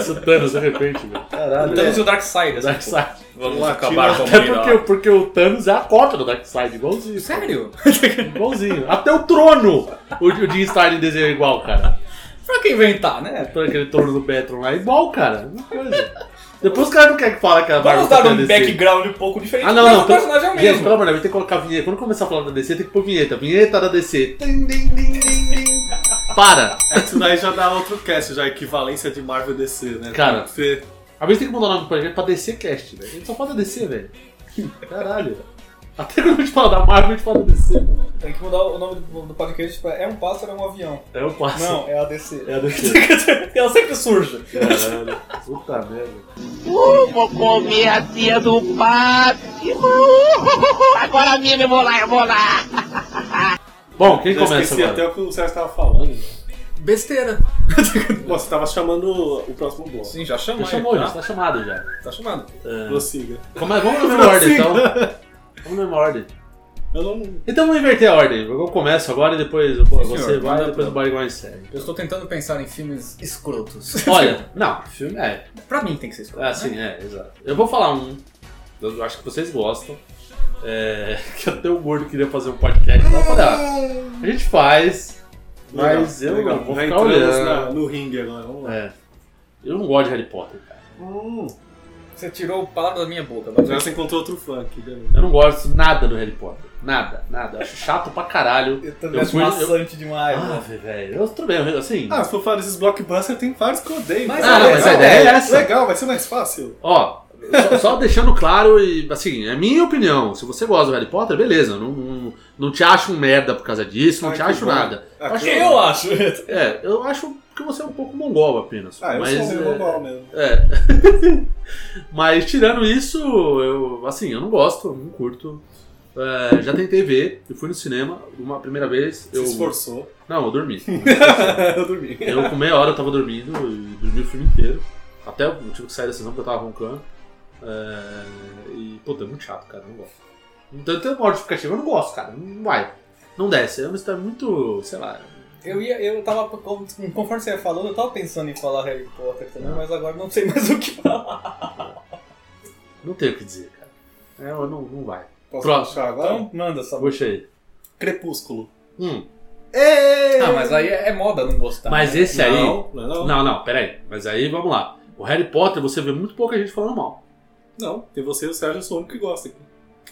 B: Esse Thanos, de repente, velho.
I: Caralho.
E: Thanos e o Darkseid. assim,
B: Dark Side.
J: Vamos acabar com o
B: Até porque,
J: melhor.
B: porque o Thanos é a cota do Dark Side, igualzinho.
E: Sério?
B: Igualzinho. Até o trono! O, o Jim Starlin desenha igual, cara.
E: pra que inventar, né?
B: Todo aquele trono do Betron lá, igual, cara. Uma coisa. Depois o cara não quer que fala que a Marvel tá
E: Vamos dar
B: copia a
E: um
B: DC.
E: background um pouco diferente.
B: Ah, não,
E: mas
B: não.
E: o personagem é o
B: Gente,
E: mesmo.
B: pelo amor de Deus, tem que colocar a vinheta. Quando começar a falar da DC, tem que pôr vinheta. Vinheta da DC. Tim, din, din, din, din. Para!
A: Isso daí já dá outro cast, já equivalência de Marvel e DC, né?
B: Cara.
A: Você-
B: Às vezes tem que mudar o nome do podcast pra DC Cast, velho. A gente só fala da DC, velho. Caralho. Até quando a gente fala da Marvel, a gente fala da DC.
E: Tem que mudar o nome do, do podcast pra É um pássaro, é um avião.
B: É o passo.
E: Não, é a DC.
B: É a DC.
E: Ela sempre surge.
B: Caralho, puta merda.
D: Vou comer a tia do Uh, Batman. uh. Agora mesmo eu vou lá, eu vou lá.
B: Bom, quem
A: Eu
B: começa
A: esqueci
B: agora?
A: até o que o Sérgio tava falando.
E: Besteira.
A: Pô, você tava chamando o próximo bloco.
E: Sim, já chamou.
B: Já chamou,
E: hein?
B: já tá chamado já.
E: Ah, tá chamando.
A: Prossiga.
B: Como é- Vamos na mesma ordem, então. Vamos na mesma ordem.
A: Eu não.
B: Então vamos inverter a ordem. Eu começo agora e depois você
E: senhor,
B: vai
E: manda
B: e depois o Barigão encerra.
E: Eu estou tentando pensar em filmes escrotos.
B: Olha, não, filme é.
E: pra mim tem que ser escroto. né?
B: É
C: Ah,
B: assim, é, exato. Eu vou falar um. Eu acho que vocês gostam. É, que até o Gordo queria fazer um podcast. Mas eu falei, ah, a gente faz, mas eu não vou
A: Já
B: ficar
A: entramos
B: olhando. assim,
A: na- no ringue agora, vamos lá.
B: É. Eu não gosto de Harry Potter, cara.
A: Hum,
E: Você tirou o palavra da minha boca.
A: já você encontrou outro funk, beleza.
B: Eu não gosto nada do Harry Potter. Nada, nada. Acho chato pra caralho.
E: Eu
B: também Eu acho fui- maçante
E: demais. né?
B: Ah, velho. Eu tudo bem, eu- assim.
A: Ah, se for falar desses blockbusters, tem vários que eu odeio.
E: Mas
A: cara.
E: é,
A: Legal,
E: mas a
B: ideia é essa.
A: Legal, vai ser mais fácil.
B: Ó, só, só deixando claro, e assim, é minha opinião. Se você gosta do Harry Potter, beleza. Não, não, não te acho um merda por causa disso, não
A: Ai,
B: te
A: que
B: acho
A: bom.
B: nada.
A: Aqui-
B: Acho
E: Eu acho.
B: É, eu acho que você é um pouco mongol apenas.
A: Ah, eu
B: mas,
A: sou
B: é,
A: meio global mesmo.
B: Mas tirando isso, eu assim, eu não gosto, não curto. É, já tentei ver, eu fui no cinema uma primeira vez.
A: Se
B: Eu,
A: esforçou.
B: não, eu dormi.
A: eu dormi.
B: Eu com meia hora eu tava dormindo e dormi o filme inteiro. Até eu tive que sair da sessão porque eu tava roncando. É, e, puta, é muito chato, cara, eu não gosto. Então tem uma justificativa, eu não gosto, cara, não vai. Não desce, é uma história muito, sei lá.
E: Eu ia, eu tava, conforme você ia falando, eu tava pensando em falar Harry Potter também, mas agora não sei mais o que falar.
B: Não tenho o que dizer, cara. É, eu não, não vai.
A: Posso
B: Próximo.
A: puxar agora?
E: Então manda essa
B: Puxa aí.
A: Crepúsculo.
B: Hum,
E: Ah, mas aí é, é moda não gostar.
B: mas
E: né?
B: esse aí.
A: Tá, Não, não, é não.
B: Não, não, peraí. Mas aí vamos lá. O Harry Potter você vê muito pouca gente falando mal.
A: Não, tem você e o Sérgio, eu sou o único que gosta. aqui.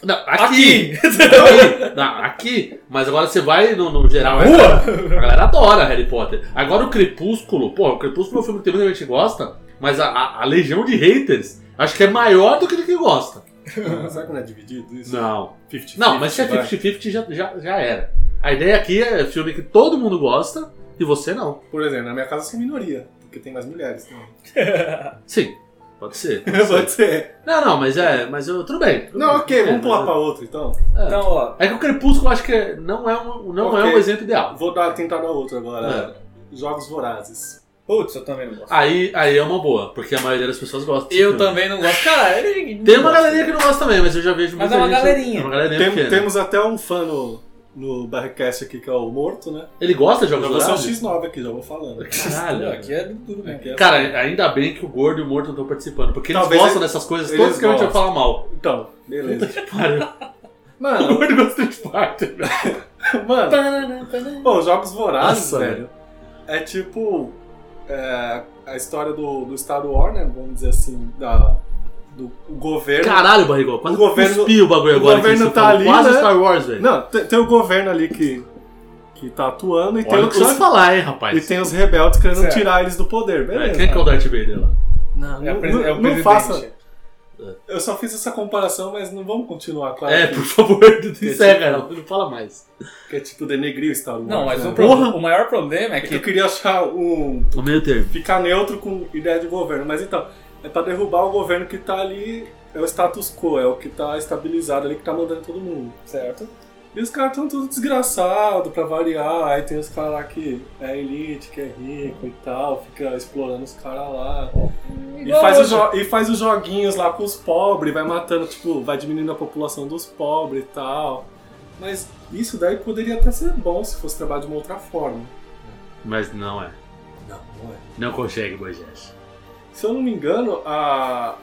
B: Não, aqui!
E: Aqui!
B: Aqui! Não, aqui. Mas agora você vai no, no geral. A galera adora Harry Potter. Agora o Crepúsculo, pô, o Crepúsculo é um filme que tem muita gente que gosta, mas a, a- a legião de haters acho que é maior do que ele que gosta.
A: Será que não é dividido isso?
B: Não.
A: 50,
B: Não, mas se é
A: vai.
B: 50-50 já, já, já era. A ideia aqui é filme que todo mundo gosta e você não.
A: Por exemplo, na minha casa eu sou minoria, porque tem mais mulheres também.
B: Sim, pode ser.
A: Pode ser.
B: Não, não, mas é. Mas eu, tudo bem. tudo
A: Não,
B: bem,
A: ok,
B: tudo
A: vamos
B: bem,
A: pular
B: É, mas-
A: pra outro então.
E: Então, ó,
B: É que o Crepúsculo acho que é- não, é um, não é
A: Ok.
B: um exemplo ideal.
A: Vou dar, tentar dar outro agora.
B: É.
A: Jogos Vorazes.
E: putz, eu também não gosto.
B: Aí, aí é uma boa, porque a maioria das pessoas gosta. desse filme.
E: também não gosto. Cara, ele...
B: Tem uma galerinha que não gosta também, mas eu já vejo
E: Mas
B: muita
E: é uma
B: gente-
E: galerinha.
B: é uma galerinha
A: Tem-
B: pequena.
A: temos até um fã no, no Barricast aqui que é o Morto, né?
B: Ele gosta de jogos
A: Jogou seu
B: vorazes?
A: X9 aqui, já vou falando.
E: Não,
B: Caralho.
E: aqui é duro mesmo.
A: Aqui é-
B: Cara, ainda bem que o Gordo e o Morto não estão participando, porque eles
A: Talvez
B: gostam
A: ele-
B: dessas coisas
A: eles
B: todas que a gente vai
A: gostam.
B: falar mal.
A: Então, beleza.
B: Pariu. O
A: Mano,
B: Gordo gosta de parte.
A: mano, pô, Jogos Vorazes,
B: Nossa,
A: velho, é tipo é, a história do, do Star Wars, né? Vamos dizer assim, da, do o governo.
B: Caralho, Barrigol, quase
A: O governo-
B: cuspi o bagulho
A: o
B: agora. que
A: governo
B: você
A: tá
B: falou.
A: ali,
B: Quase
A: né?
B: Star Wars, velho.
A: Não, tem, tem o governo ali que, que tá atuando e tem,
B: Olha o
A: os,
B: que você falar, hein,
A: e
B: rapaz.
A: tem os rebeldes querendo
E: Certo.
A: tirar eles do poder,
B: É,
A: beleza.
B: Quem é que é o Darth Vader lá?
E: Não, é o, presi-
A: não-
E: é o
A: não
E: presidente.
A: faça. Eu só fiz essa comparação, mas não vamos continuar, claro.
B: É,
A: que-
B: por favor, encerra, não, não fala mais.
A: que é tipo denegrir o Star Wars.
E: Não, mas
A: né?
E: o, pro- o maior problema é
A: É que
E: que
A: eu queria achar um.
B: No meio termo.
A: ficar neutro com ideia de governo, mas então, é pra derrubar o governo que tá ali, é o status quo, é o que tá estabilizado ali, que tá mandando todo mundo.
E: Certo.
A: E os caras tão tudo desgraçado pra variar, aí tem os caras lá que é elite, que é rico e tal, fica explorando os caras lá. E faz, os jo- e faz os joguinhos lá com os pobres, vai matando, tipo, vai diminuindo a população dos pobres e tal. Mas isso daí poderia até ser bom se fosse trabalhar de uma outra forma.
B: Mas não é. Não consegue, Moisés.
A: Se eu não me engano, a.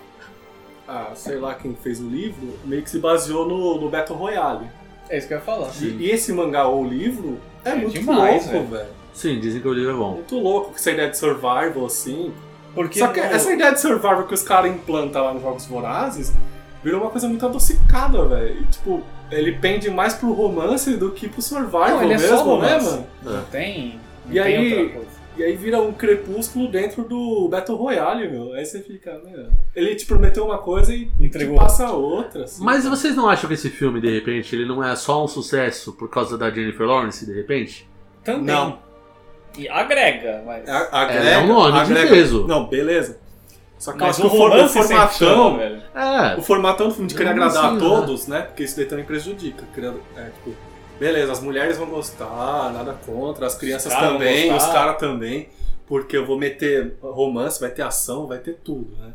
A: a sei lá quem fez o livro, meio que se baseou no, no Battle Royale.
E: É isso que eu ia falar.
A: E, e esse mangá ou livro é,
E: É
A: muito
E: demais,
A: louco, velho.
B: Sim, dizem que o livro é bom.
A: Muito louco, com essa ideia de survival, assim.
E: Porque
A: Só que
E: no-
A: essa ideia de survival que os caras implantam lá nos Jogos Vorazes virou uma coisa muito adocicada, velho. E, Tipo, ele pende mais pro romance do que pro survival
E: Não, ele é
A: mesmo,
E: só romance.
A: né, mano?
E: não tem. Não
A: E
E: tem
A: aí-
E: outra coisa.
A: E aí vira um crepúsculo dentro do Battle Royale, meu. Aí você fica, meu. Ele te prometeu uma coisa e
E: tipo, Entregou.
A: te passa outra. assim.
B: Mas vocês não acham que esse filme, de repente, ele não é só um sucesso por causa da Jennifer Lawrence, de repente?
E: Também.
A: Não.
E: E agrega, mas.
A: A-
B: Ela é um nome de peso.
A: Não, beleza. Só que eu
E: Mas
A: acho
E: o
A: que o, for- o
E: romance sempre chama,
A: formatão.
E: velho.
B: É.
A: O formatão do filme de querer
B: Não,
A: agradar
B: sim,
A: a
B: né?
A: todos, né? Porque isso daí também prejudica. Querer- é, tipo, beleza, as mulheres vão gostar, nada contra, as crianças
E: caras vão
A: também, os
E: gostar.
A: caras também. Porque eu vou meter romance, vai ter ação, vai ter tudo, né?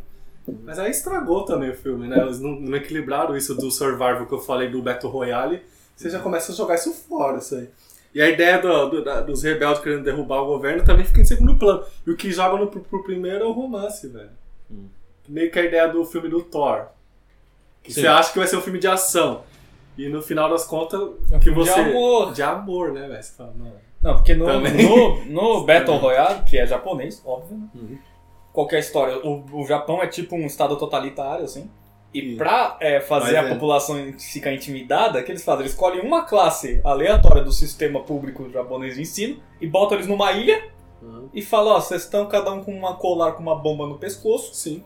A: Mas aí estragou também o filme, né? Eles não, não equilibraram isso do survival que eu falei do Battle Royale. Você já começa a jogar isso fora, isso aí. E a ideia do- do- da- dos rebeldes querendo derrubar o governo também fica em segundo plano. E o que joga no, pro, pro primeiro é o romance, velho.
E: Hum.
A: Meio que a ideia do filme do Thor. Que
B: Sim.
A: você acha que vai ser um filme de ação. E no final das contas,
E: um
A: que
E: filme de
A: você.
E: amor.
A: De amor, né, velho? Você fala, não.
E: Não, porque no,
A: Também.
E: no, no Battle Royale, que é japonês, óbvio, né?
A: Uhum.
E: qualquer história, o, o Japão é tipo um estado totalitário, assim. E
A: Sim.
E: pra é, fazer
A: Uhum. Mas
E: a
A: é.
E: população ficar intimidada, o que eles fazem? Eles escolhem uma classe aleatória do sistema público japonês de ensino e botam eles numa ilha
A: Uhum.
E: e falam, ó, vocês estão cada um com uma colar com uma bomba no pescoço
A: Sim.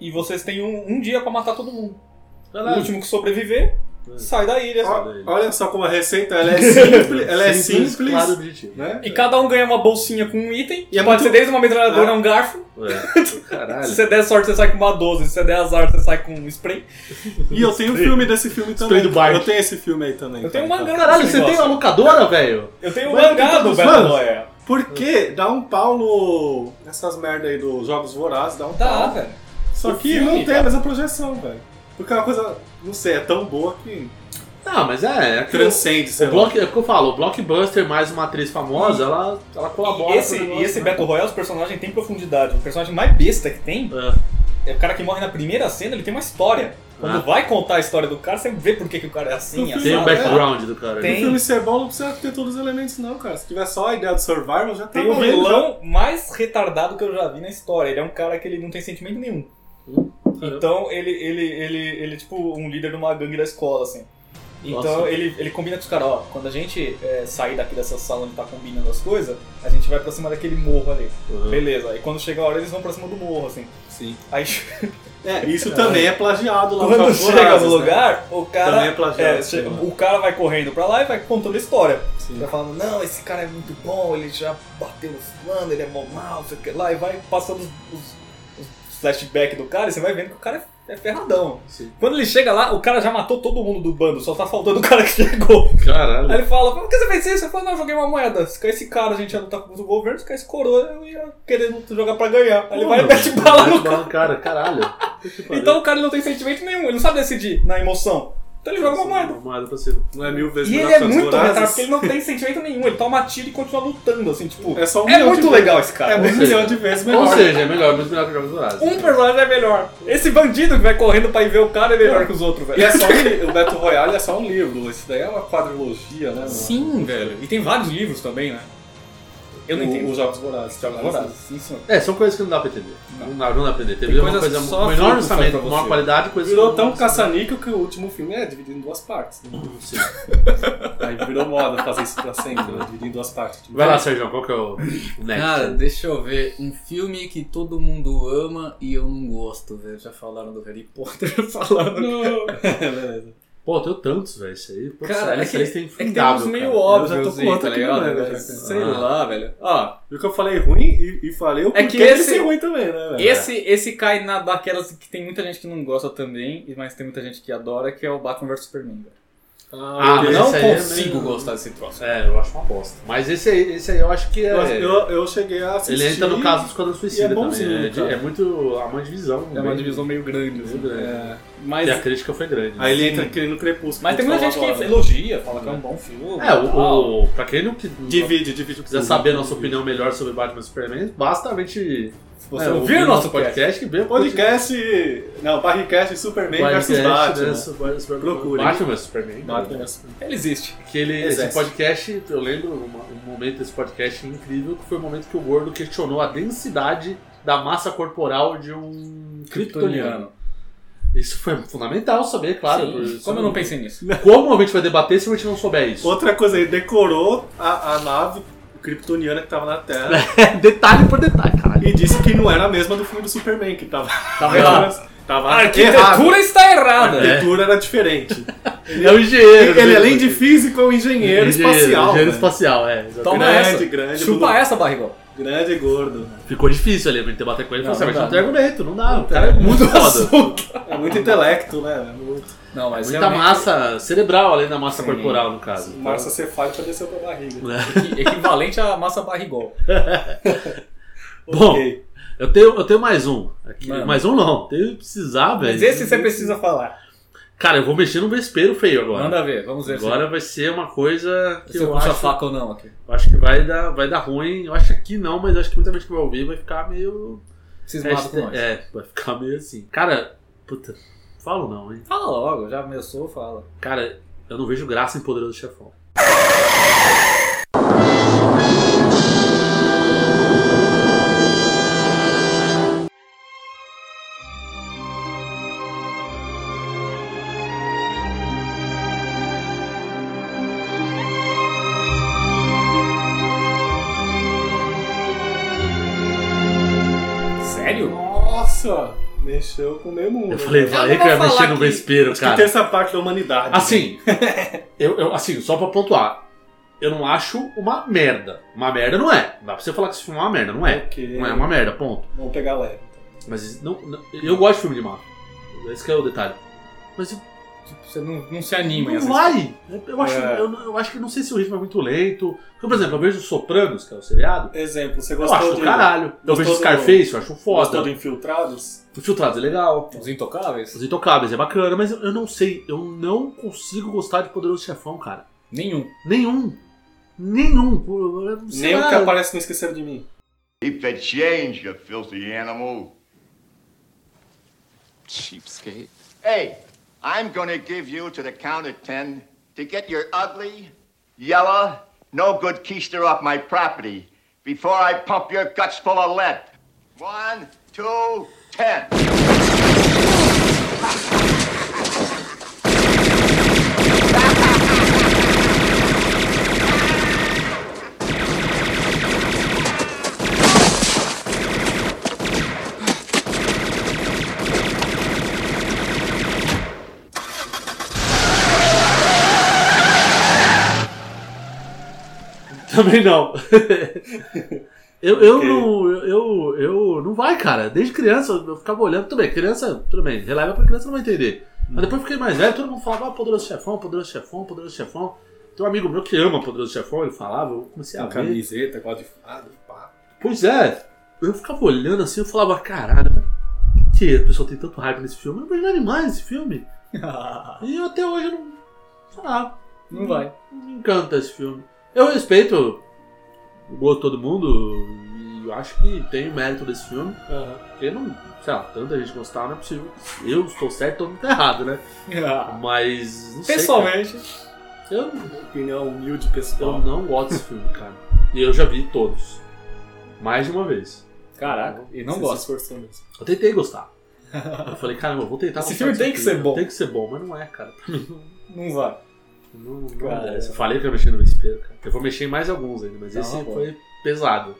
E: e vocês têm um, um dia pra matar todo mundo. O
B: Caralho.
E: último que sobreviver
A: Uhum.
E: sai da ilha.
A: Olha só como a receita ela é simples. Ela é simples.
B: Claro, objetivo.
A: Né?
E: E cada um ganha uma bolsinha com um item.
A: E é
E: pode
A: muito-
E: ser desde uma metralhadora
A: Ah.
E: a um garfo.
B: É. Caralho.
E: Se você der sorte, você sai com uma 12. Se você der azar, você sai com um spray.
A: E eu tenho um filme desse filme também.
B: do Bart.
A: Eu tenho esse filme aí também.
E: Eu tenho um
A: cara.
E: mangá.
B: Caralho,
E: desse
B: você tem
E: negócio.
B: uma locadora, velho?
E: Eu tenho um
A: Mano, tem
E: mangá do
A: todos
E: Battle
A: fãs?
E: Royale.
A: Por que dá um pau no. Nessas merda aí dos Jogos Vorazes, dá um
E: Dá,
B: Tá.
A: pau.
E: velho.
A: Só
E: O
A: que
E: filme,
A: não tem
E: cara.
A: a mesma projeção, velho. Porque é uma coisa, não sei, é tão boa que
B: Não, mas é. é aquilo-
A: transcende, sei
B: o
A: lá.
B: block, é o que eu falo, o blockbuster mais uma atriz famosa, ela, ela colabora.
E: E esse,
B: com o
E: e
B: negócio,
E: esse
B: né?
E: Battle Royale, os personagens têm profundidade. O personagem mais besta que tem é o cara que morre na primeira cena, ele tem uma história. Quando
B: Ah.
E: vai contar a história do cara, você vê por que, que o cara é assim,
B: É. Tem o
E: assado.
B: background do cara. né?
A: O
E: Tem.
A: filme ser bom não precisa ter todos os elementos, não, cara. Se tiver só a ideia do survival, já tá
E: Tem o
A: valendo,
E: vilão mais retardado que eu já vi na história. Ele é um cara que ele não tem sentimento nenhum.
A: Hum,
E: Então ele, ele, ele, ele é tipo um líder de uma gangue da escola, assim. Então
B: Nossa.
E: ele, ele combina com os caras, ó, quando a gente é, sair daqui dessa sala onde tá combinando as coisas, a gente vai pra cima daquele morro ali.
A: Hum.
B: Uhum.
E: Beleza. E quando chega a hora eles vão pra cima do morro, assim.
A: Sim.
E: Aí
A: É, isso também é plagiado lá
E: quando
A: Jogos
E: chega
A: Vorazes,
E: no
A: né?
E: lugar, o cara.
A: Também é plagiado,
E: che-
A: sim.
E: o cara vai correndo pra lá e vai contando a história.
A: Sim.
E: Vai falando, não, esse cara é muito bom, ele já bateu no fulano, ele é mó mal, não sei o que lá, e vai passando os, os- os flashbacks do cara e você vai vendo que o cara é, é ferradão.
B: Sim.
E: Quando ele chega lá, o cara já matou todo mundo do bando, só tá faltando o cara que chegou.
B: Caralho.
E: Aí ele fala, por que você fez isso? Eu falo, não, eu joguei uma moeda. Se cair esse cara, a gente ia lutar contra o governo, se cair esse coroa, eu ia querendo jogar pra ganhar. Aí ele vai e mete bala no cara.
B: cara. Caralho.
E: Então o cara ele não tem sentimento nenhum, ele não sabe decidir na emoção. Então ele joga uma moeda.
B: Moeda pra cima.
A: Não é mil vezes
E: E
A: melhor
E: ele é
A: que Jogos
E: muito
A: Vorazes?
E: retardado, porque ele não tem sentimento nenhum, ele toma tiro e continua lutando, assim, tipo.
A: É só um
E: É
A: milhão
E: muito
A: de
E: legal esse cara.
A: É um
B: Ou
A: milhão
B: seja-
A: de vezes
B: Ou
A: melhor.
B: seja, é melhor, muito melhor que o Jogos Dourados.
E: Um personagem é melhor. Esse bandido que vai correndo pra ir ver o cara é melhor que os outros,
A: E
E: velho.
A: é só um li- o Battle Royale é só um livro. Isso daí é uma quadrilogia, né? mano?
E: Sim, velho. E tem vários livros também, né? Eu não
A: O-
E: entendo.
A: Os Jogos Vorazes. Jogos
E: Agora, sim, senhor.
B: É, são coisas que não dá pra entender. Não, dá, não dá pra entender. TV
E: Tem
B: é uma
E: coisas
B: coisa,
E: só
B: um menor
E: filme que faz
B: orçamento,
E: pra
B: com maior
E: você.
B: qualidade, coisas
A: Virou
B: que
A: tão
B: não-
A: caça-níquel que o último filme é dividido em duas partes. né? Aí virou moda fazer isso pra sempre, né? dividir em duas partes.
B: Vai lá, Sérgio, qual que é o, o next?
C: Cara, deixa eu ver. Um filme que todo mundo ama e eu não gosto, velho. Já falaram do Harry Potter, já falaram.
A: Beleza.
B: Pô, tem tantos, velho. Isso aí, pô,
C: Cara,
B: sério,
C: é
B: isso
C: que,
B: aí
C: é que tem
B: tem
C: uns
B: infindável,
C: meio
B: cara.
C: óbvios,
A: Eu já tô com
C: assim,
A: outro
C: tá
A: aqui
C: ligado?
A: também, velho.
C: velho? Sei
E: né?
B: Ah.
C: lá, velho. Ó,
A: E o que eu falei ruim e, e falei o
C: É
A: porquê
C: que
A: dele
C: esse-
A: ser ruim também, né? velho?
C: Esse, esse cai na daquelas que tem muita gente que não gosta também, mas tem muita gente que adora, que é o Batman vs Superman. velho.
B: Ah,
E: eu
B: mas
E: não
B: esse aí é
E: consigo
B: meio-
E: gostar desse troço.
B: É, eu acho uma bosta. Mas esse aí, esse aí eu acho que é.
A: Eu, eu, eu cheguei a assistir.
B: ele entra no caso dos quadros suicida
A: e é bonzinho,
B: também. É, de-
A: cara.
B: é muito. a uma divisão.
E: É uma divisão meio grande. assim.
B: grande.
E: É,
B: E
E: mas
B: a crítica foi grande. né?
A: Aí ele entra aquele no crepúsculo.
E: mas tem
A: que
E: muita
A: eu
E: gente
A: falava
E: que
A: agora.
E: elogia, fala que é um bom filme.
B: É,
E: tal.
B: o, o, pra quem não, qui-
A: Divide, divide.
B: quiser saber a nossa opinião melhor sobre Batman e Superman, basta a gente
E: Você
A: um
B: é,
E: ouvir o nosso podcast.
B: e ver o
A: Podcast. Não, Barricast Superman versus Batman. Procure.
B: Procure. é assim. Batman vs Superman.
A: Batman versus Superman.
E: Ele existe.
B: Que ele, esse
A: Exército.
B: podcast, eu lembro uma- um momento desse podcast incrível, que foi o momento que o Gordo questionou a densidade da massa corporal de um kryptoniano.
E: Kryptoniano.
B: Isso foi fundamental saber, claro.
E: Sim.
B: por- isso
E: Como eu não pensei nisso?
B: Como a gente vai debater se a gente não souber isso?
A: Outra coisa, ele decorou a, a nave kryptoniana que tava na Terra
B: detalhe por detalhe, caralho.
A: e disse que não era a mesma do filme do Superman, que tava. Tava,
B: errado. Ah,
A: tava
E: A
A: errado.
E: arquitetura está
A: A
E: errada.
A: arquitetura era diferente.
B: Ele é o engenheiro.
A: Ele, ele,
B: né?
A: além de físico, é um engenheiro, espacial.
B: Engenheiro
A: né?
B: espacial, é. exatamente.
E: Toma
A: Grande,
E: essa.
A: grande,
E: Chupa
A: Bruno.
E: essa, barrigol.
A: Grande e gordo.
B: Ficou difícil ali pra gente debater com ele.
E: Não,
B: Não, assim,
E: não
B: mas não
E: dá,
B: tem
E: não.
B: argumento, não dá. O cara é muito foda.
A: É muito intelecto, né? Muito-
E: Não, mas
B: Muita
E: realmente-
B: massa cerebral, além da massa
E: Sim.
B: corporal, no caso.
A: Massa cefálica desceu pra barriga.
E: é Equi- Equivalente à massa barrigol.
B: Bom,
A: Ok.
B: eu tenho, eu tenho mais um. Aqui.
E: Mano.
B: Mais um não, tenho que precisar, velho.
E: Mas esse você precisa falar.
B: Cara, eu vou mexer num vespeiro feio agora.
E: Manda ver, vamos ver
B: agora vai ser uma coisa
E: se,
B: que
E: se eu
B: eu
E: puxo a
B: acho,
E: faca ou não aqui.
B: eu acho que vai dar, vai dar ruim. Eu acho que não, mas eu acho que muita gente que vai ouvir vai ficar meio.
E: Cismado com nós.
B: é, vai ficar meio assim. Cara, puta, falo não, hein?
E: Fala logo, já
A: Então
E: começou, fala.
B: Cara, eu não vejo graça em Poderoso Chefão.
E: Sério?
A: Nossa! Mexeu com o meu mundo.
B: Eu falei,
A: né?
B: falei
E: não
B: que eu ia
E: vou
B: mexer
E: falar
B: no
E: que-
B: vespeiro,
A: que tem
B: cara.
A: essa parte da humanidade.
B: Assim, eu, eu- assim, só pra pontuar. Eu não acho uma merda. Uma merda não é. Não dá pra você falar que esse filme é uma merda, não é.
A: né? Ok.
B: Não é uma merda, ponto.
A: Vamos pegar leve.
B: Mas não, não- eu gosto de filme de máfia. Esse que é o detalhe. Mas eu-
E: Tipo, você não, não se anima em
B: não
E: assistir.
B: vai. assim, Eu acho,
A: É.
B: eu, eu acho que não sei se o ritmo é muito lento. Porque, por exemplo, eu vejo Sopranos, que é o seriado.
A: Exemplo, você
B: Eu
A: gostou
B: acho do
A: de.
B: caralho. Eu
A: gostou
B: vejo
A: do-
B: Scarface, eu acho
A: Gostou
B: foda.
A: de Infiltrados?
B: O Filtrados é legal.
E: Os intocáveis?
B: Os Intocáveis é bacana, mas eu, eu não sei. Eu não consigo gostar de Poderoso Chefão, cara.
E: Nenhum.
B: Nenhum. Nenhum. Pô, eu não sei
A: Nem o
B: lá.
A: que aparece no Esqueceram de Mim.
G: Keep the change, you filthy animal.
D: Cheapskate.
G: Hey, I'm gonna give you to the count of ten to get your ugly, yellow, no good keister off my property before I pump your guts full of lead. One, two, ten.
B: Também não. eu, eu
A: Ok.
B: não. Eu, eu não vai, cara. Desde criança eu ficava olhando. Tudo bem, criança, tudo bem. Releva pra criança não vai entender. Mas depois eu fiquei mais velho, todo mundo falava, ah, poderoso chefão, poderoso chefão, poderoso chefão. Tem um amigo meu que ama poderoso chefão, ele falava, eu comecei a ver.
A: Camiseta, quadro de fado, pá.
B: Pois é, eu ficava olhando assim, eu falava, caralho, por que a pessoa tem tanto hype nesse filme? Eu não vejo nada demais esse filme. e eu até hoje não. Sei lá,
E: Não vai.
B: me encanta esse filme. Eu respeito o gosto de todo mundo e eu acho que tem o mérito desse filme. Porque não, sei lá, tanta gente gostar não é possível. Eu estou certo, todo mundo tá errado, né? Mas. Não sei,
E: Pessoalmente,
B: cara. eu, não-
A: Opinião humilde
B: eu
A: pessoal.
B: não gosto desse filme, cara. E eu já vi todos. Mais de uma vez.
E: caraca, e não
A: Você
E: gosto.
A: Tá se esforçou mesmo.
B: Eu tentei gostar. Eu falei, caramba, eu vou tentar
E: Esse
B: gostar
E: filme
B: disso
E: tem que
B: aqui.
E: ser bom.
B: Tem que ser bom, mas não é, cara.
E: Não vai.
B: Não, não
E: Cara.
B: desce. Eu falei que eu ia mexer no vespeiro, cara. Eu vou mexer em mais alguns ainda, mas
E: Tá
B: esse
E: uma boa.
B: foi pesado.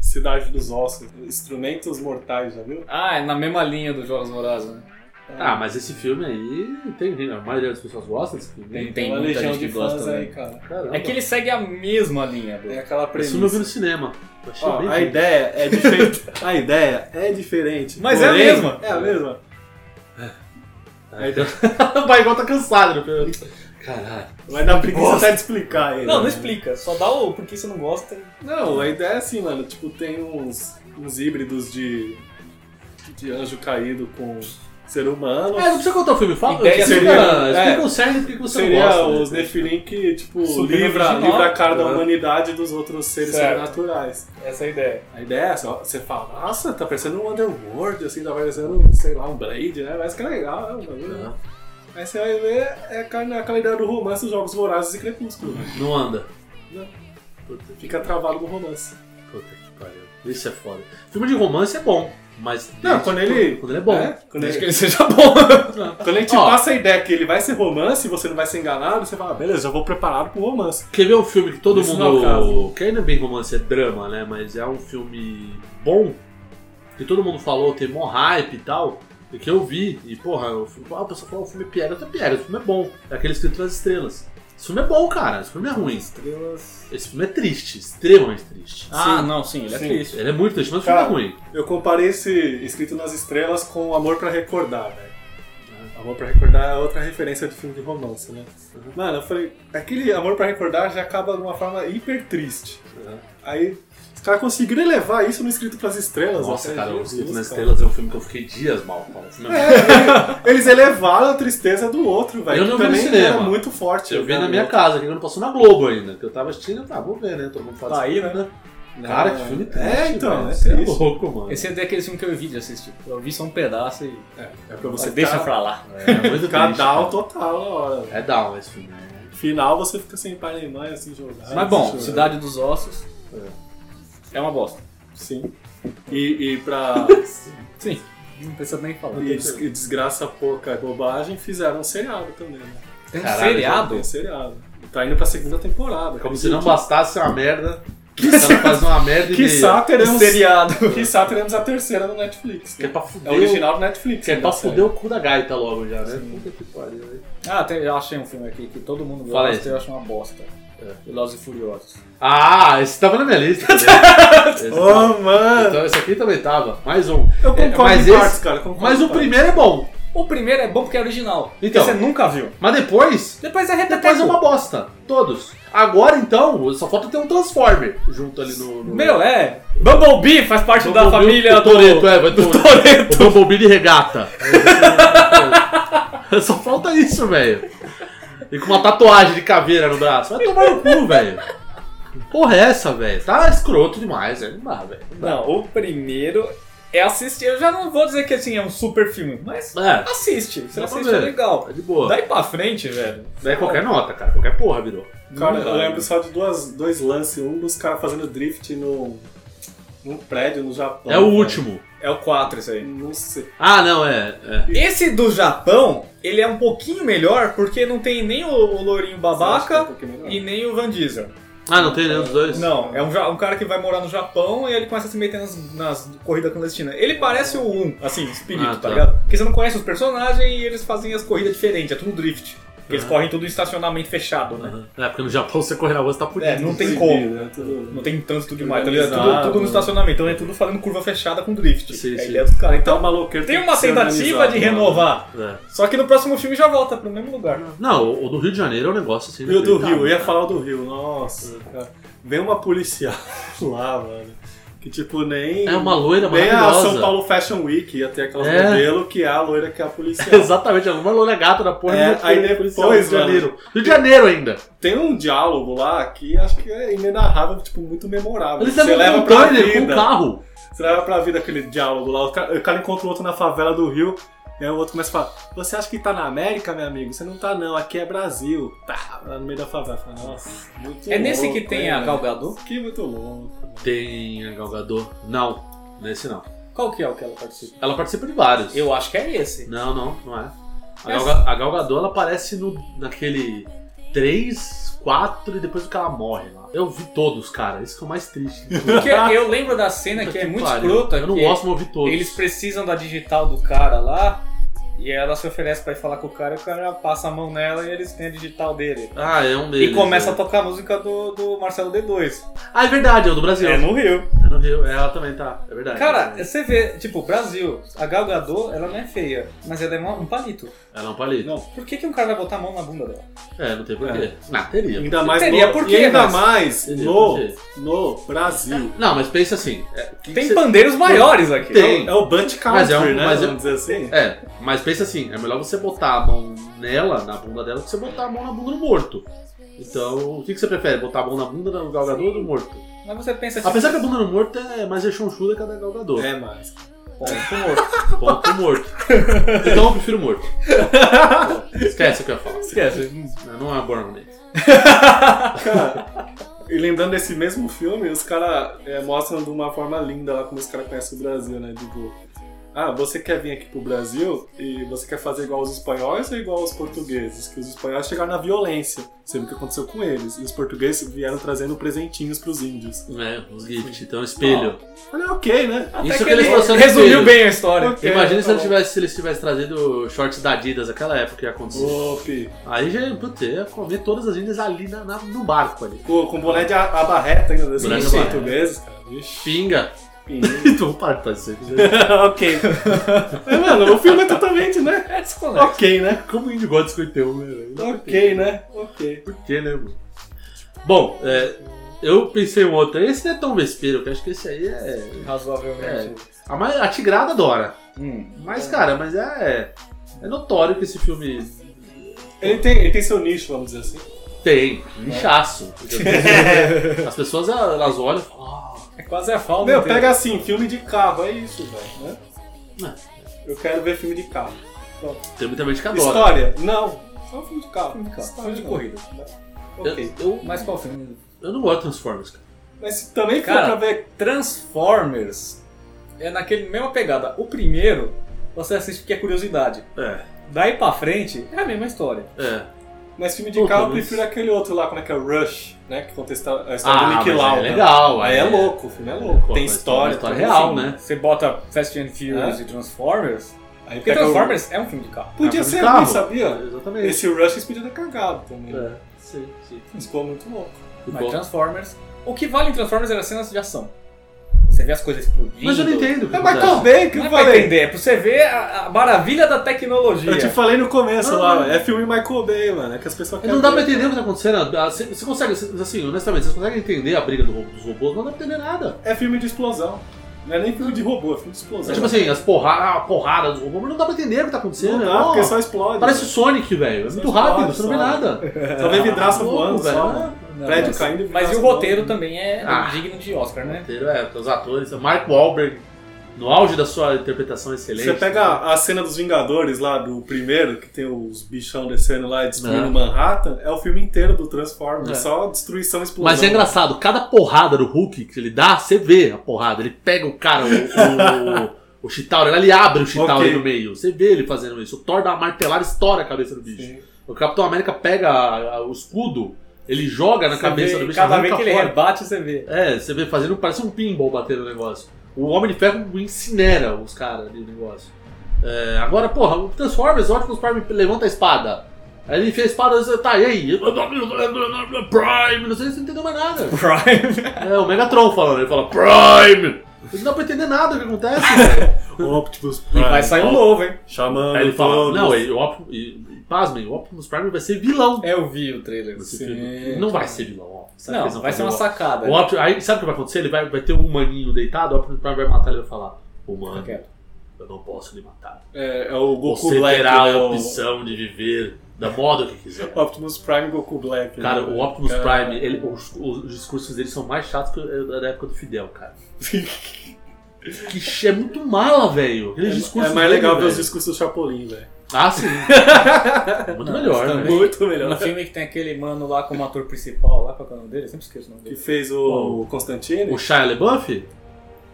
A: Cidade dos Ossos. Instrumentos mortais, já viu?
E: Ah, é na mesma linha dos Jogos Vorazes, né?
B: Ah, mas esse filme aí tem. A maioria das pessoas gosta desse filme. né?
C: Tem,
A: Tem
C: tem
A: uma
C: muita
A: legião
C: gente
A: de
C: que
A: fãs
C: gosta, né?
A: aí, cara.
B: Caramba.
C: É que ele segue a mesma linha do
A: É aquela
B: Esse filme eu vi
A: premissa.
B: no cinema. Eu Achei
A: Ó,
B: bem
A: a ideia é diferente. a ideia é diferente.
E: Mas é a
A: porém,
E: mesma.
A: É a mesma.
B: A ideia- o Baigol tá cansado, né? Caralho.
A: Vai dar preguiça até de explicar ele.
E: Não, não
A: né?
E: explica. Só dá o porquê você não gosta. e-
A: Não, a ideia é assim, mano. Tipo, tem uns, uns híbridos de, de anjo caído com ser humano.
B: É, não precisa contar o filme, fala.
A: Ideia
B: explica,
A: seria-
B: explica
A: é.
B: o cerne porque você
A: Seria
B: não gosta.
A: os
B: né?
A: Nephilim que, tipo,
E: Super
A: livra,
E: original.
A: livra a cara da
B: Uhum.
A: humanidade dos outros seres
E: Certo.
A: sobrenaturais.
E: Essa é a ideia.
A: A ideia é essa, ó, você fala, nossa, tá parecendo um Underworld, assim, tá parecendo, sei lá, um Blade, né? Mas que é legal, né? um bagulho, né? Aí você vai ver, é aquela aquela ideia do romance, jogos vorazes e crepúsculo. né?
B: Não anda.
A: Fica travado no romance.
B: Puta que pariu. Isso é foda. Filme de romance é bom, mas.
A: Não, quando ele-
B: Quando ele é bom.
A: É, quando ele-
E: Desde que ele seja bom.
A: Quando a gente
B: Ó.
A: passa a ideia que ele vai ser romance e você não vai ser enganado, você fala, "Ah, beleza, já vou preparado pro romance.
B: Quer ver um filme que todo
A: Isso não é o
B: mundo.
A: caso.
B: Que ainda é bem romance, é drama, né? Mas é um filme bom. Que todo mundo falou, tem mó hype e tal. E que eu vi. E porra, o filme, ah, o pessoal falou, o filme é piada, até piada, o filme é bom. É aquele escrito nas estrelas. Esse filme é bom, cara. Esse filme é ruim.
C: estrelas.
B: Esse filme é triste, extremamente triste.
C: Ah, não, sim, ele é
A: Sim.
C: triste.
B: Ele é muito triste, mas o filme
A: Cara,
B: é ruim.
A: Eu comparei esse Escrito nas Estrelas com Amor pra Recordar, né? Amor pra Recordar é outra referência de filme de romance, né? Mano, eu falei, aquele Amor pra Recordar já acaba de uma forma hiper triste. Aí os caras conseguiram elevar isso no Escrito pras Estrelas.
B: Nossa,
A: até,
B: cara, o
A: Jesus,
B: Escrito nas
A: cara.
B: Estrelas é um filme que eu fiquei dias mal, cara. O filme é
A: Eles elevaram a tristeza do outro, velho.
B: Eu não
A: que
B: vi no
A: também
B: cinema.
A: era muito forte.
B: Eu vi na
A: cara.
B: minha casa, que não passou na Globo ainda. Que eu tava assistindo, tá, vou ver, né? Todo mundo faz
E: Tá aí,
B: isso,
E: né?
B: Cara,
A: Não,
B: que filme triste.
A: É, então,
B: velho.
A: é
B: Você é
A: triste.
B: louco, mano.
C: Esse é daquele filme que eu vi de assistir. Eu vi só um pedaço e.
A: É pra
C: Você
A: você
C: deixa
A: ficar,
C: pra lá.
B: É muito triste,
A: ficar down
B: cara.
A: total na hora.
B: É down esse filme. né?
A: Final você fica sem pai nem mãe, assim, jogado.
C: Mas bom,
A: chorando.
C: Cidade dos Ossos. É uma bosta.
A: Sim. E, e pra.
C: Sim. Não precisa nem falar.
A: e des- e desgraça pouca e bobagem, fizeram um seriado também, né?
C: Tem um
B: Caralho,
C: seriado?
A: Tem um seriado. Tá indo pra segunda temporada.
B: É Como se não bastasse uma merda. Que ela faz uma merda e meia.
A: Quiçá
C: Um
A: teremos.
E: Seriado.
A: Quiçá teremos a terceira no Netflix.
B: Que é
A: Né?
B: pra
A: É
B: fuder.
A: o original do Netflix.
B: Que é
A: né,
B: pra
A: da série.
B: fuder o cu da gaita logo já, né? Puta que pariu, hein?
C: Ah, tem, eu achei um filme aqui que todo mundo
B: Fala aí.
C: gosta e eu acho uma bosta. Velozes e Furiosos.
B: Ah, esse tava na minha lista. também. Esse tava-
A: Oh, mano!
B: Então esse aqui também tava. Mais um.
A: Eu
B: É,
A: concordo
B: mas
A: em
B: esse-
A: partes, cara. eu Concordo
B: Mas
A: em
B: o
A: partes.
B: primeiro é bom.
C: O primeiro é bom porque é original.
B: Então,
E: Você nunca viu.
B: mas depois
C: Depois é
B: Depois é
C: repeteco.
B: uma bosta. Todos. Agora então, só falta ter um Transformer junto ali no. no...
C: Meu, é. Bumblebee faz parte da
B: Bumblebee,
C: família
B: o
C: do...
B: Toreto, é, vai
C: do
B: tomar.
C: Toreto.
B: O Bumblebee de regata. só falta isso, velho. E com uma tatuagem de caveira no braço. Vai tomar no cu, velho. Porra, é essa, velho. Tá escroto demais, velho. Não dá,
C: é.
B: velho.
E: Não, o primeiro é assistir. Eu já não vou dizer que assim é um super filme, mas
B: É,
E: assiste. Você
B: Dá pra
E: assiste, é
B: ver.
E: legal.
B: tá de boa.
E: Daí pra frente, velho.
B: Daí é qualquer nota, cara. Qualquer porra virou.
A: Cara,
E: Não
A: eu
E: dá,
A: lembro só de duas, dois lances. Um dos caras fazendo drift no, num prédio no Japão.
B: É o
A: cara.
B: último.
E: É o 4 isso aí.
A: Não sei.
B: Ah, não, é. é.
E: Esse do Japão, ele é um pouquinho melhor porque não tem nem o, o lourinho
A: Acho que é
E: babaca
A: um pouquinho melhor.
E: e nem o Van Diesel.
B: Ah, não tem nenhum dos dois?
E: Não, é um, ja- um cara que vai morar no Japão e ele começa a se meter nas, nas corridas clandestinas. Ele parece o 1, assim, espírito,
B: Ah,
E: tá.
B: tá.
E: ligado? Porque você não conhece os personagens e eles fazem as corridas diferentes, é tudo drift. Porque Eles correm tudo em estacionamento fechado, né?
B: Aham. É, porque no Japão você correr na rua, você tá
E: É,
B: fudido.
E: não tem
A: Proibido,
E: como.
A: né? Tudo-
E: Não tem trânsito demais, tá ligado? É Tudo, tudo no
A: Organizado. né?
E: estacionamento, então é tudo fazendo curva fechada com drift.
B: Sim,
E: é a
B: sim.
E: ideia dos caras.
A: Então o
E: Então,
A: maloqueiro
E: tem
A: que
E: uma
A: ser
E: tentativa
A: organizado,
E: de
A: né?
E: renovar.
B: É.
E: Só que no próximo filme já volta pro mesmo lugar.
B: Não, o- o do Rio de Janeiro é um negócio assim.
A: E o
C: Tá
A: do
B: inacreditável,
A: Rio, eu ia
B: cara.
A: falar do Rio, nossa, cara. Vem uma policial lá, mano. Que tipo, nem.
B: É uma loira
A: Nem a
B: maravilhosa.
A: São Paulo Fashion Week ia ter aquelas
B: É.
A: modelo que é a loira que é a policial.
B: Exatamente, é uma loura gata da porra.
A: É,
B: do Rio de
A: aí
B: Janeiro,
A: depois,
B: policial, Rio de
A: mano.
B: Janeiro. Rio de Janeiro ainda.
A: Tem um diálogo lá que acho que é inenarrável, tipo, muito memorável.
B: Eles
A: Você
B: levam
A: leva
B: um
A: pra
B: Turner com um
A: vida.
B: carro.
A: Você leva pra vida aquele diálogo lá. O cara, o cara encontra o outro na favela do Rio. E aí o outro começa a falar: Você acha que tá na América, meu amigo? Você não tá, não. Aqui é Brasil. Tá, lá no meio da favela. Fala, Nossa, muito
C: É nesse
A: louco,
C: que tem
A: hein,
C: a
A: velho?
C: Gal Gadot?
A: Que muito louco.
B: Tem a Galgador? Não, nesse não.
C: Qual que é o que ela participa?
B: Ela participa de vários.
C: Eu acho que é esse.
B: Não, não, não é. A
C: Essa-
B: Galga- A Galgador ela aparece no, naquele 3, 4 e depois que ela morre lá. Eu vi todos, cara. Isso que é o mais triste.
C: Porque
E: né,
C: eu lembro da cena que é muito
B: Pariu.
C: escrota.
B: Eu não
C: que
B: gosto, mas eu vi todos.
C: Eles precisam da digital do cara lá.
E: E ela se oferece pra ir falar com o cara, e o cara passa a mão nela e eles têm a digital dele.
B: Ah, é um
E: E
B: deles.
E: começa
B: né?
E: a tocar a música do, do Marcelo D2.
B: Ah, é verdade, é o do Brasil.
E: É no Rio.
B: É no Rio, ela também tá. É verdade.
E: Cara,
B: ela,
E: você vê, tipo, Brasil, a Gal Gadot, ela não é feia, mas ela é uma- um palito.
B: ela é um palito.
E: Não, por que, que um cara vai botar a mão na bunda dela?
B: É, não tem porquê. Não, Então, teria.
A: Ainda mais
E: Teria
A: no,
E: por
A: e
E: quê,
A: ainda
E: mas-
A: mais
B: Teria
A: no,
B: por quê.
A: no Brasil.
B: Não, mas pensa assim. é, o que
E: Tem
B: que você-
E: pandeiros maiores aqui.
B: Tem.
A: É o Bunch Country,
B: Mas é um-
A: né?
B: mas é-
A: vamos dizer assim.
B: É, mas pensa assim, é melhor você botar a mão nela, na bunda dela, do que você botar a mão na bunda do morto. Então, o que, que você prefere? Botar a mão na bunda do galgador ou do morto?
E: Mas você pensa assim,
B: Apesar que a bunda do morto é mais rechonchuda que a da galgador.
A: É, mais.
E: ponto morto.
B: Ponto pro morto. Então eu prefiro morto. Esquece o que eu ia falar.
E: Esquece.
B: Não, Não é bom argumento.
A: E lembrando desse mesmo filme, os caras mostram de uma forma linda lá como os caras conhecem o Brasil, né? Tipo, ah, você quer vir aqui pro Brasil e você quer fazer igual os espanhóis ou igual os portugueses? Que os espanhóis chegaram na violência, você viu o que aconteceu com eles. E os portugueses vieram trazendo presentinhos pros índios.
B: É, os gifts, então espelho.
A: Olha, ok, né?
B: Isso
E: Até
B: que eles trouxeram de
E: resumiu
B: espelho.
E: bem a história.
B: Imagina se,
A: tá
B: ele
A: bom.
B: tivesse, se eles tivessem trazido shorts da Adidas naquela época que ia acontecer.
A: Ô, Pi,
B: Aí já putz, ia comer todas as índias ali na- na- no barco ali.
A: com, com boné de a- abarreta ainda desses
B: Boné de abarreta.
A: portugueses, cara. Vixe,
B: Pinga.
A: pinguim.
B: Então parte pra você.
A: ok.
B: Tá
A: Mas, mano, o filme é totalmente, né?
E: É desconexo.
A: Ok, né?
B: Como o índio gosta de 51, né? velho?
A: Ok, né? Ok.
B: Por que, né, mano? Bom, é, eu pensei em um outro. Esse não é tão vespeiro, que acho que esse aí é.
E: Razoavelmente.
B: A, mais, a Tigrada adora.
E: Hum.
B: Mas, cara, mas é. É notório que esse filme
A: Ele tem, ele tem seu nicho, vamos dizer assim.
B: tem um inchaço. Porque as pessoas- As pessoas elas olham e falam, "Ah,
E: É quase a falta.
A: Meu, pega assim, filme de carro, é isso, velho, né? Eu quero ver filme de carro.
B: tem muita gente que adora.
A: História? Não. Só filme de carro.
E: Filme de carro.
A: História
B: Tá
E: Filme de
A: não.
E: corrida.
B: Eu,
A: Ok.
B: eu,
E: Mas qual filme?
B: eu não gosto de Transformers, cara.
A: Mas se também for
E: Cara,
A: pra ver...
E: Transformers é naquele mesma pegada. O primeiro, você assiste porque é curiosidade.
B: É,
E: Daí pra frente, é a mesma história.
B: é.
A: Mas filme de
B: Puta,
A: carro eu
B: mas-
A: prefiro aquele outro lá, como é que é? Rush, né? Que conta a histó- a história
B: Ah,
A: do Nick
B: mas
A: Lauda.
B: é legal.
A: Aí é louco, o filme é louco.
B: Pô,
A: tem
B: mas
A: história.
B: tem uma história
A: tem-
B: real,
A: assim,
B: né?
E: Você bota Fast and Furious e Transformers.
A: Aí
E: Porque
A: pega o-
E: Transformers é um filme de carro.
A: Podia
B: É um filme
A: ser
B: de carro.
A: ruim, sabia?
B: Exatamente.
A: Esse Rush eles podiam ter cagado também.
B: É, sim, sim.
A: Mas Ficou muito louco.
E: Mas
B: Ficou.
E: Transformers. O que vale em Transformers era cenas de ação. Você vê as coisas explodindo.
B: Mas eu não entendo. o que
A: É Michael
B: acontece.
A: Bay que
E: Não
A: eu
E: é pra
A: falei.
E: entender, é pra você ver a, a maravilha da tecnologia.
A: Eu te falei no começo
B: Não,
A: lá,
B: não.
A: velho. é filme Michael Bay, mano. É que as pessoas
B: Não dá pra
A: ver.
B: entender o que tá acontecendo. Ah, Você você consegue, você- assim, honestamente, vocês conseguem entender a briga do ro- dos robôs? Não dá pra entender nada.
A: É filme de explosão. Não é nem filme de robô, é filme de explosão.
B: É tipo assim, as porra, a porrada dos robôs, mas não dá pra entender o que tá
A: não
B: acontecendo.
A: dá,
B: Ó,
A: porque só explode.
B: Parece Sonic, velho. É muito
A: explode,
B: rápido, você não vê
A: só. né?
B: nada. Tá
A: Só vê vidraça voando, só. um
B: velho.
E: Não,
A: Prédio
E: mas-
A: caindo e
E: Mas e
A: vidraça
E: o roteiro
A: voando.
E: também é
B: Ah.
E: digno de Oscar, né?
B: É, os atores, Mark Wahlberg, no auge da sua interpretação excelente.
A: Você pega a cena dos Vingadores lá, do primeiro, que tem os bichão descendo lá e destruindo
B: É.
A: Manhattan, é o filme inteiro do Transformers. Só destruição, explosão.
B: Mas é engraçado, cada porrada do Hulk que ele dá, você vê a porrada. Ele pega o cara, o, o, o Chitauri, ele abre o Chitauri
A: Ok.
B: no meio. Você vê ele fazendo isso. O Thor dá uma martelada e estoura a cabeça do bicho.
A: Sim.
B: O Capitão América pega a- a- o escudo, ele joga na
E: Você
B: cabeça
E: vê,
B: do bicho.
E: Cada
B: arranca
E: vez que ele
B: fora.
E: rebate, você vê.
B: É, você vê fazendo, parece um pinball batendo o negócio. O Homem de Ferro incinera os caras ali, o negócio. É, agora, porra, o Transformers, o Optimus Prime levanta a espada. Aí ele fez a espada, você tá, e aí? Prime, não sei se você não entendeu mais nada.
E: Prime.
B: É, o Megatron falando, ele fala Prime! Não dá pra entender nada o que acontece, velho.
A: Optimus
E: E
A: Prime.
E: vai sair um novo, hein?
A: Chamando.
B: Aí ele fala,
A: todos.
B: não, ele, o Optimus, e, e, pasmem, o Optimus Prime vai ser vilão.
E: Eu vi o trailer.
B: desse
E: Sim.
B: filme. Não vai ser vilão, ó. Sabe que
E: Não,
B: eles vão
E: vai ser
B: fazer
E: uma
B: o-
E: sacada.
A: É.
E: né?
B: O Optimus, aí sabe o que vai acontecer? Ele vai, vai ter um maninho deitado, o Optimus Prime vai matar ele e vai falar, humano,
E: Quieto.
B: eu não posso lhe matar.
A: É, é o Goku
B: Você
A: Black.
B: terá
A: né,
B: a
A: o-
B: opção de viver da moda que quiser.
A: Optimus Prime e Goku Black. né,
B: Cara,
A: velho?
B: o Optimus
A: Cara,
B: Prime, ele- os, os discursos dele são mais chatos que o eh, da época do Fidel, cara. que ch- é muito mala, velho. Aqueles
A: É,
B: discursos
A: é mais
B: dele,
A: legal ver os
B: velho.
A: discursos do Chapolin, velho.
B: Ah, sim. muito melhor,
E: mas
B: né?
E: também-
A: Muito
E: No
A: melhor.
E: é um filme que tem aquele mano lá como ator principal, lá qual que é o nome dele? Eu sempre esqueço o nome
A: Que
E: dele.
A: fez o Constantine.
B: O Shia LaBeouf?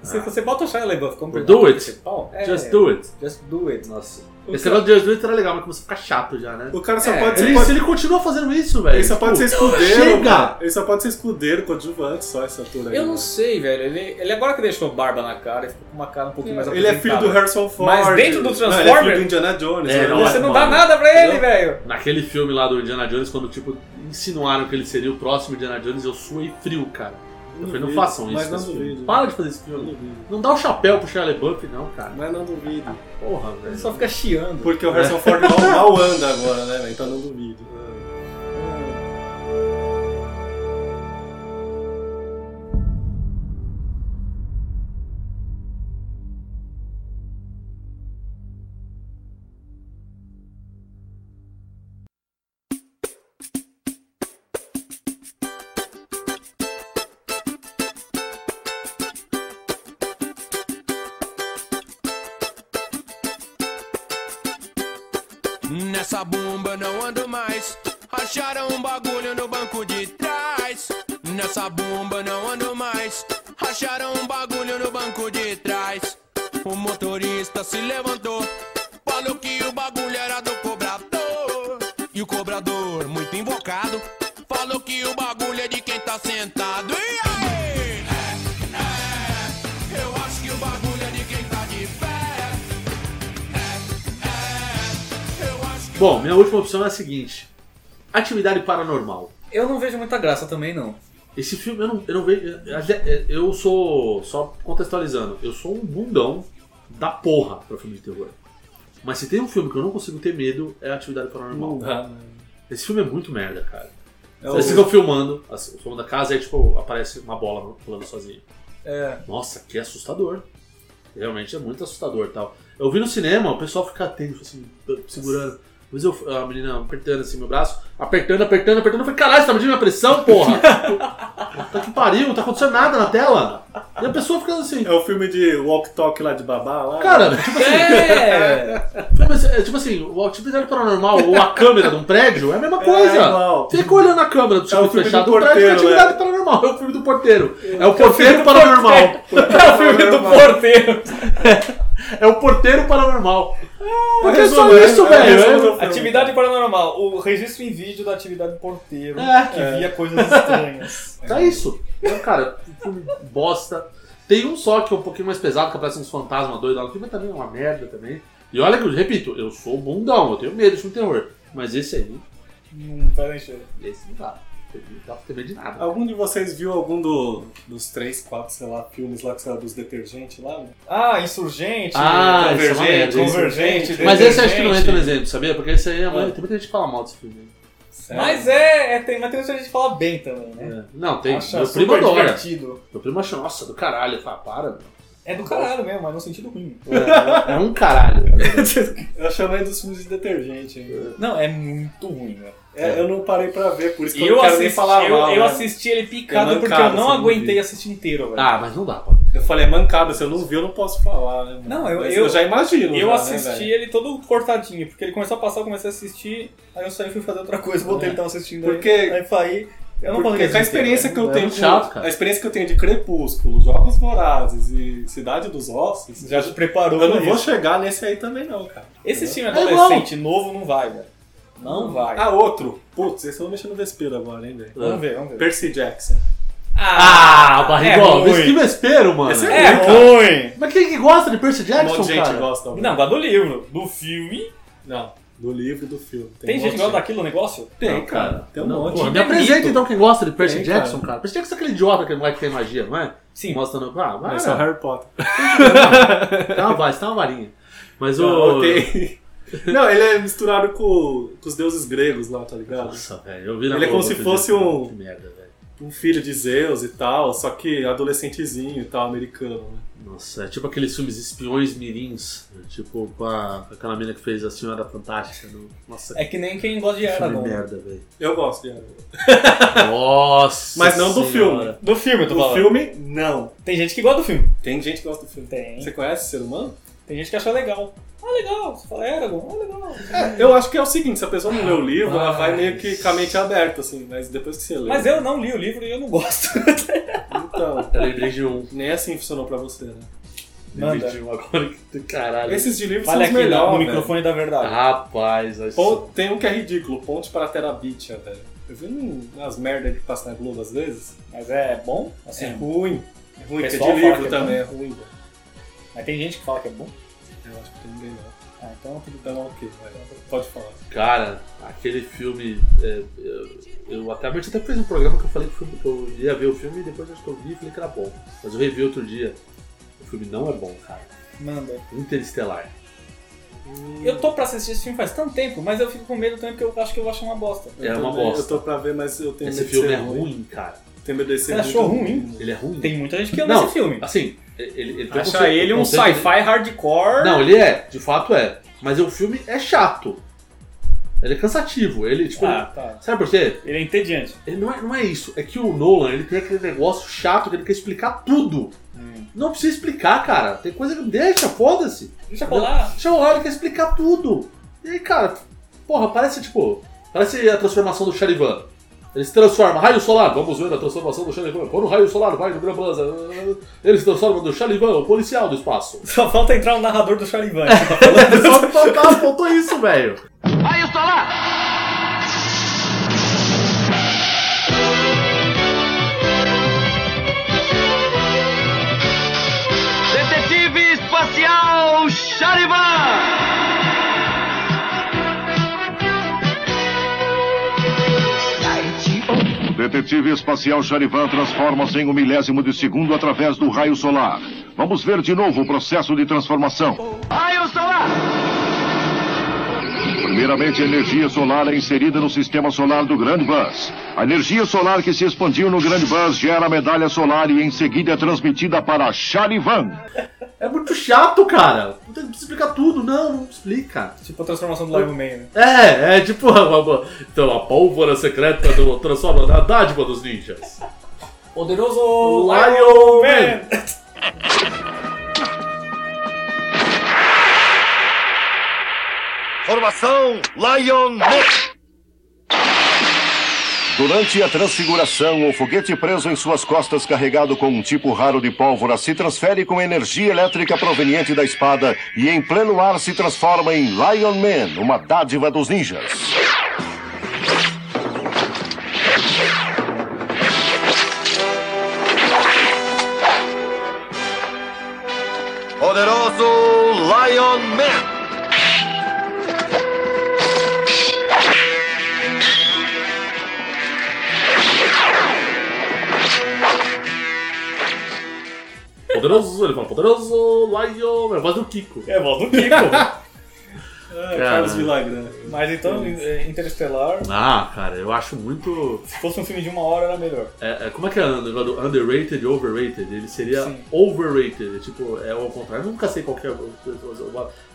E: Se você bota o Shia LaBeouf como
B: Do
E: ator
B: it.
E: principal, é,
B: Just do it.
E: Just do it.
B: Nossa. Esse negócio de 2008 era legal, mas começou a ficar chato já, né?
A: O cara só
E: É,
A: pode
B: Ele,
A: ser.
B: Se ele continua fazendo isso, velho.
A: Ele só
B: tipo,
A: pode ser escudeiro.
B: Chega!
A: Ele só pode ser escudeiro coadjuvante, só essa altura aí.
E: Eu não
A: né?
E: sei, velho. Ele, ele agora que deixou barba na cara, ele ficou com uma cara um pouquinho mais
A: Ele é filho do
E: apresentável.
A: Harrison Ford.
E: Mas dentro do
A: Não, ele é
E: Transformer-
A: filho do Indiana Jones.
B: É,
A: né?
B: não,
E: Você não
B: Mano,
E: dá nada pra ele,
B: entendeu?
E: velho.
B: Naquele filme lá do Indiana Jones, quando, tipo, insinuaram que ele seria o próximo Indiana Jones, eu suei frio, cara. Eu falei, não
A: duvido,
B: façam isso.
A: mas
B: com
A: não
B: esse filme.
A: duvido.
B: Para de fazer esse
A: Não
B: filme.
A: duvido.
B: Não dá o chapéu pro Shia LaBeouf, não, cara.
A: Mas não duvido. É.
B: Porra, velho.
E: Ele só fica chiando.
A: Porque o Harrison Ford mal, mal anda agora, né? velho? Então não duvido.
D: Nessa bomba não ando mais. Acharam um bagulho no banco de trás. Nessa bomba não ando mais. Acharam um bagulho no banco de trás. O motorista se levantou. Falou que o bagulho era do cobrador. E o cobrador, muito invocado, falou que o bagulho é de quem tá sentado. E aí? É, é, eu acho que o bagulho é de quem tá de pé. Eu acho que.
B: Bom, minha última opção é a seguinte: Atividade Paranormal.
E: Eu não vejo muita graça também, não.
B: Esse filme eu não, eu não vejo. Eu sou. Só contextualizando, eu sou um bundão da porra pra filme de terror. Mas se tem um filme que eu não consigo ter medo, é Atividade Paranormal. Esse filme é muito merda,
A: Uh,
B: cara.
A: ah, né. É
B: Eles
A: o,
B: ficam filmando, as- o som da casa e tipo, aparece uma bola pulando sozinha.
E: É.
B: Nossa, que assustador. Realmente é muito assustador e tal. Eu vi no cinema, o pessoal fica atento, assim, segurando. Mas eu, a menina apertando assim meu braço, apertando, apertando, apertando. Eu falei, caralho, você tá medindo minha pressão, porra! tá que pariu, não tá acontecendo nada na tela. E a pessoa ficando assim.
A: é o filme de Walk Talk lá de babá lá.
B: Cara, tipo assim,
E: É!
B: mas, é, tipo assim, o atividade paranormal ou a câmera de um prédio é a mesma coisa.
A: igual.
B: Fica olhando a câmera do
A: É o
B: circuito
A: filme do
B: fechado do prédio que é
A: porteiro,
B: atividade
A: né?
B: paranormal. É o filme do porteiro. É, o porteiro paranormal.
E: É o filme do porteiro.
B: É o porteiro paranormal. Porque é só
A: resumo, né?
B: isso,
A: É,
B: velho.
A: resumo.
E: Atividade paranormal. O registro em vídeo da atividade do porteiro.
B: É.
E: Que via coisas estranhas.
B: É isso. Então, cara, um filme bosta. Tem um só que é um pouquinho mais pesado, que aparece uns fantasmas doidos lá no filme, mas também é uma merda também. E olha que eu repito, eu sou bundão, eu tenho medo de filme de terror. Mas esse aí,
E: Não tá nem cheio.
B: esse não dá. Não dá pra ter medo de nada.
A: Algum de vocês viu algum do- dos três, quatro, sei lá, filmes lá que saiu dos detergentes lá? né?
E: Ah, insurgente.
B: Ah, isso é uma
E: convergente,
B: merda,
E: convergente.
B: Mas esse eu acho que não entra no
E: Detergente.
B: exemplo, sabia? Porque esse aí é uma... Tem muita gente que fala mal desse filme.
E: Mas é, é tem, mas tem muita gente que fala bem também, né?
B: É. Não, tem.
E: Acha
B: meu
E: super
B: primo adora.
E: divertido.
B: Meu primo acha, nossa, do caralho. Eu falo, para, meu.
E: É do caralho mesmo, mas no sentido ruim.
B: É, é um caralho.
A: Eu chamei dos filmes de detergente. hein?
E: Não, é muito ruim, velho.
A: É, Eu não parei pra ver, por isso que eu,
E: Eu,
A: não quero
E: assisti,
A: nem falar
E: eu,
A: mal,
E: eu
A: né?
E: assisti ele picado
A: É mancada,
E: porque eu não assim,
A: você não
E: aguentei
A: viu.
E: assistir inteiro, velho.
B: Ah, mas não dá, pô.
A: Eu falei, é mancada, se eu não vi, eu não posso falar, né? mano?
E: Não, eu-
A: Mas
E: eu-
A: já imagino. já,
E: eu
A: né,
E: assisti
A: velho?
E: ele todo cortadinho, porque ele começou a passar, eu comecei a assistir, aí eu saí e fui fazer outra coisa, voltei e tava assistindo
A: É. Porque-
E: aí. Aí falei, eu não
A: Porque
E: né? consegui
A: com a
E: assistir
A: experiência
E: inteiro,
A: que eu
B: É
A: tenho
B: muito chato, cara.
A: a experiência que eu tenho de Crepúsculo, Jogos Vorazes e Cidade dos Ossos,
E: velho. né? Já se preparou
A: eu não
E: pra
A: vou né?
E: isso.
A: chegar nesse aí também não, cara.
E: Esse filme
B: É
E: adolescente novo não vai, velho. Não vai.
A: Ah, outro. Putz, esse eu vou mexer no vespeiro agora, hein, velho.
E: Vamos ver, vamos ver.
A: Percy Jackson.
B: Ah,
E: é
B: barrigol.
E: ruim.
B: Esse que vespeiro, mano.
A: Esse
E: É ruim!
B: Mas quem é que gosta de Percy
A: Um
B: Jackson,
A: monte de gente
B: cara?
A: gosta. velho.
E: Não, gosta do livro, do filme.
A: Não, do livro e do filme.
E: Tem,
A: um
E: gente que
A: monte.
E: gosta daquilo negócio?
A: Tem,
B: Não,
A: cara.
B: cara.
A: Tem um
B: Não,
A: monte.
B: Porra, me apresenta então quem gosta de Percy
A: Tem,
B: Jackson,
A: cara.
B: cara. Percy Jackson é aquele idiota que não vai que tem magia, não é?
E: Sim.
B: Mostra no. Ah, vai.
A: Esse é o Harry Potter.
B: Tá uma voz, tá uma varinha. Mas
A: Não,
B: o.
A: ok. Não, ele é misturado com, com os deuses gregos lá, tá ligado?
B: Nossa, velho. Eu vi na
A: Ele é como
B: Globo
A: se
B: outro
A: fosse
B: dia,
A: um-
B: Que merda, velho.
A: Um filho de Zeus e tal, só que adolescentezinho e tal, americano, né?
B: Nossa, é tipo aqueles filmes espiões mirins. né? Tipo com a- com aquela mina que fez A Senhora Fantástica. do- Nossa,
E: É que nem quem gosta de
B: que filme
E: Aragorn.
B: merda, velho.
A: Eu gosto de Harry.
B: Nossa!
A: Mas não do
B: Senhora.
E: Do filme, eu tô
A: Do
E: falando.
A: filme, não.
E: Tem gente que gosta do filme.
A: Tem gente que gosta do filme.
E: Tem.
A: Você conhece o ser humano?
E: Tem gente que acha legal. Ah, legal. Você fala, Aragorn, ah, legal.
A: Eu acho que é o seguinte, se a pessoa não lê o livro, ela vai meio que com a mente aberta, assim, mas depois que você lê.
E: Mas eu não li o livro e eu não gosto.
A: Então,
B: Eu lembrei de um.
A: é nem assim funcionou pra você, né?
E: Manda.
B: Limite de uma agora que caralho.
A: Esses de livro
E: Fale
A: são
E: aqui
A: os
E: na- no
A: melhores. velho.
E: microfone da verdade.
B: Rapaz, olha só.
A: Pon- Tem um que é ridículo, Ponte para a Terabithia, velho. Eu vi um- umas merdas que passa na Globo às vezes.
E: Mas é bom? Assim,
A: É ruim. É ruim, porque é
E: pessoal
A: de
E: fala que
A: livro
E: é
A: também, é ruim, velho.
E: Mas tem gente que fala que é bom.
A: Eu acho que tem ninguém não.
E: Ah, então tudo
A: Então ok, velho. Pode falar.
B: Cara, aquele filme. é, eu, eu até, a gente até fez um programa que eu falei que, o filme- que eu ia ver o filme e depois acho que eu vi e falei que era bom. Mas eu revi outro dia. O filme não é bom, cara.
E: Manda.
B: Interestelar.
E: Eu tô pra assistir esse filme faz tanto tempo, mas eu fico com medo também porque eu acho que eu vou achar uma bosta.
B: É uma
A: também-
B: bosta.
A: Eu tô pra ver, mas eu tenho
B: Esse
A: medo de
B: filme
A: ser
B: é ruim, cara.
A: Tenho medo de ser
E: Você achou
A: muito
E: ruim?
B: Ele é ruim.
E: Tem muita gente que ama
B: Não.
E: esse filme.
B: Assim, ele, ele tem um
E: Acha
B: conceito-
E: ele um
B: conceito-
E: sci-fi hardcore.
B: Não, ele é, de fato é. Mas o filme é chato. Ele é cansativo. Ele, tipo.
E: Ah, tá.
B: Sabe por quê?
E: Ele é entediante.
B: Ele não, é, não é isso. É que o Nolan, ele tem aquele negócio chato que ele quer explicar tudo.
E: Hum.
B: Não precisa explicar, cara. Tem coisa que deixa, foda-se.
E: Deixa rolar.
B: Deixa rolar, ele quer explicar tudo. E aí, cara, porra, parece tipo. Parece a transformação do Charivan. Ele se transforma, raio solar, vamos ver a transformação do Charivan. Quando o raio solar vai no Grambanza, ele se transforma no Charivan, o policial do espaço.
E: Só falta entrar um narrador do tá Charivan.
B: É Só faltava, faltou isso, velho.
H: Aí, eu tô lá! Detetive Espacial Charivan!
G: Detetive espacial Charivan transforma-se em um milésimo de segundo através do raio solar. Vamos ver de novo o processo de transformação.
H: Aí, eu tô lá!
G: Primeiramente, a energia solar é inserida no sistema solar do Grande Buzz. A energia solar que se expandiu no Grande Buzz gera a medalha solar e em seguida é transmitida para Charivan.
B: É muito chato, cara. Não tem que explicar tudo, não, não explica.
E: tipo a transformação do Live Man, né?
B: É, é tipo a, a- então, a pólvora secreta do, transforma na dádiva dos ninjas.
C: Poderoso
B: Lion
G: Formação Lion Man. Durante a transfiguração, o foguete preso em suas costas, carregado com um tipo raro de pólvora, se transfere com energia elétrica proveniente da espada e, em pleno ar, se transforma em Lion Man, uma dádiva dos ninjas. Poderoso Lion Man.
B: Poderoso, ele fala, poderoso Lion Man. A voz do Kiko.
E: É, voz do Kiko.
A: Carlos Villagrã.
E: Mas então, é, Interestelar,
B: Ah, cara, eu acho muito.
E: se fosse um filme de uma hora, era melhor.
B: É, é, como é que é o negócio do underrated e overrated? Ele seria
E: Sim.
B: overrated, é tipo, é ao contrário. Eu nunca sei qual que é o,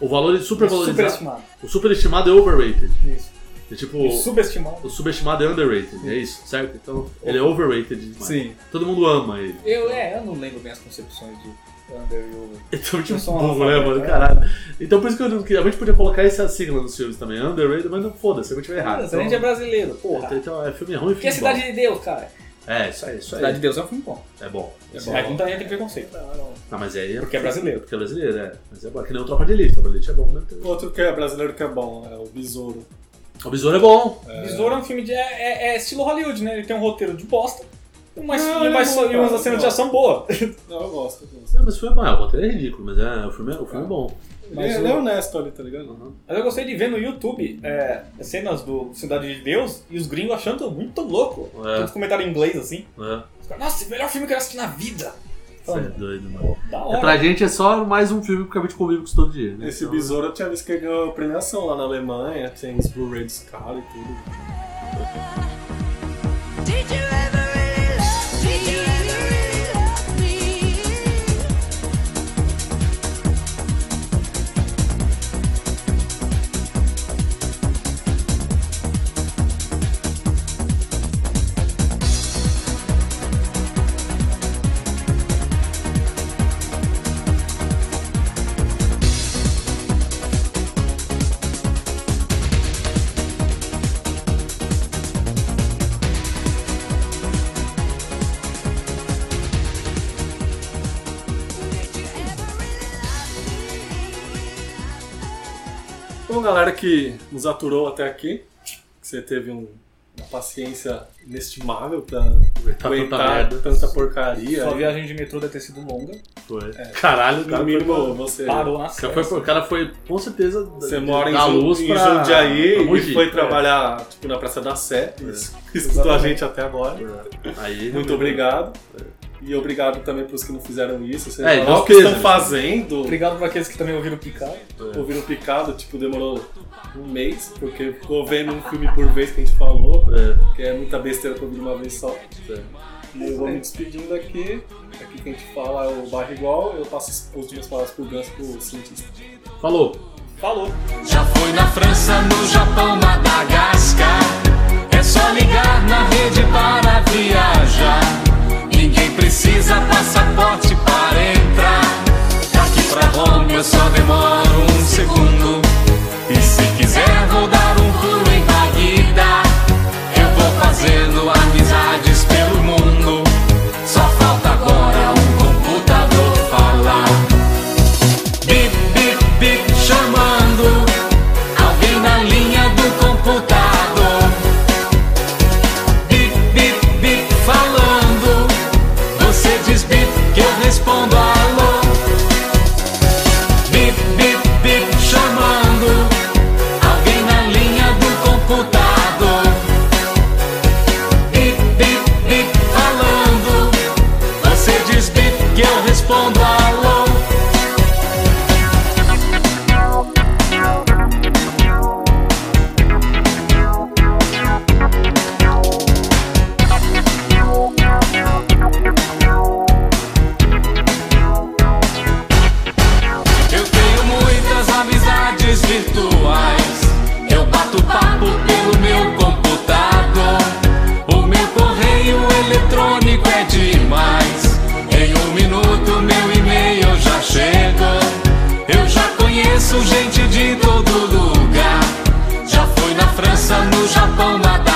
B: o valor supervalorizado.
E: Superestimado.
B: O superestimado é overrated.
E: Isso.
B: É tipo,
E: Subestimado.
B: o subestimado é underrated, é isso, certo? Então, ele é overrated demais.
E: Sim.
B: Todo mundo ama ele.
E: Eu, é, eu não lembro bem as concepções de Under e Over.
B: Então, tipo,
E: Eu sou um
B: burro, né, mano?
E: analfabeto, né?
B: Caralho. Então, por isso que eu não queria. A gente podia colocar essa sigla nos filmes também, underrated, mas não foda-se, a gente vai errar.
E: Mas a gente é brasileiro, porra.
B: Ah, Então, é filme ruim e filme
C: Que é Cidade de Deus, cara.
B: bom. É, isso aí, isso aí.
E: Cidade de Deus é um filme bom.
B: É bom.
E: É
B: Isso
E: bom. Mas não tá- tem preconceito.
B: Ah, mas aí é...
E: Porque é brasileiro.
B: Porque é brasileiro, é. Mas é bom. É que nem o Tropa de Elite. Tropa de Elite é bom, né?
A: Outro que é brasileiro que é bom, é o Besouro.
B: O Besouro é bom.
E: Besouro é um filme de. É, é- é estilo Hollywood, né? Ele tem um roteiro de bosta e uma,
A: Não,
E: e uma,
A: ele é bom,
E: e uma
A: cara,
E: cena de
A: bom.
E: ação boa.
A: Não, eu gosto. Eu gosto.
B: É, mas o filme é bom. É, O roteiro é ridículo, mas é, o filme é, o filme é bom.
A: Ele,
E: Mas
A: é,
E: o-
A: ele é honesto ali, tá ligado?
E: Mas eu gostei de ver no YouTube é, as cenas do Cidade de Deus e os gringos achando muito louco.
B: É.
E: Todos comentaram em inglês assim.
B: É.
E: Os caras, Nossa, melhor filme que eu assisti na vida!
B: Isso é
E: Falando,
B: doido, mano.
E: da
B: É,
E: hora.
B: pra gente é só mais um filme porque a gente convive com isso todo dia. Né?
A: Esse
B: Então,
A: Besouro eu tinha visto que ele ganhou a premiação lá na Alemanha, tem os Blu-ray dos caras e tudo.
K: Did you ever really love me? Did you ever really love me?
B: Cara,
A: galera que nos aturou até aqui. que Você teve um- uma paciência inestimável pra
L: Aguentar tanta
A: aguentar
L: merda.
A: tanta, porcaria.
E: Sua viagem de metrô deve ter sido longa.
L: Foi. Caralho, o cara
A: é. No
L: foi,
A: mínimo, você,
E: Parou na
L: cara
E: Sé.
L: foi, o cara foi com certeza
A: você mora em,
L: da né? luz
A: Ju, em
L: pra,
A: Jundiaí
L: pra
A: e
L: Mogi. é.
A: foi trabalhar tipo, na Praça da Sé. e Escutou a gente até agora.
L: Aí,
A: Muito obrigado. E obrigado também pros que não fizeram isso. Sei
L: É,
A: lá,
L: igual
A: os que
L: fez,
A: estão
L: né?
A: fazendo.
E: Obrigado pra aqueles que também ouviram picar.
A: Ouviram picado, tipo, demorou um mês, porque ficou vendo um filme por vez que a gente falou,
L: É.
A: que é muita besteira pra ouvir de uma vez só. E É. eu vou me despedindo aqui. Aqui que a gente fala é o bairro igual, eu passo os- os dias palavras pro Ganso pro cientista.
L: Falou.
E: Falou!
B: Já foi na França, no Japão, Madagascar. É só ligar na rede para viajar. Ninguém precisa passaporte para entrar. Daqui pra Roma eu só demoro um segundo. E se quiser, vou dar um pulo em Bagdá. Eu vou fazendo amizades pelo mundo. Só falta agora um computador falar. Bip, bip, bip, chamando Alguém na linha do computador Bip, bip, bip, falando Você diz bip que eu respondo alô Bip, bip, bip, chamando Alguém na linha do computador Bip, bip, bip, falando Você diz bip que eu respondo alô Eu tenho muitas amizades virtuais. Eu bato papo pelo meu computador. O meu correio eletrônico é demais. Em um minuto, meu e-mail já chegou. Eu já conheço gente de todo lugar. Já fui na França, no Japão, É na Tá um um um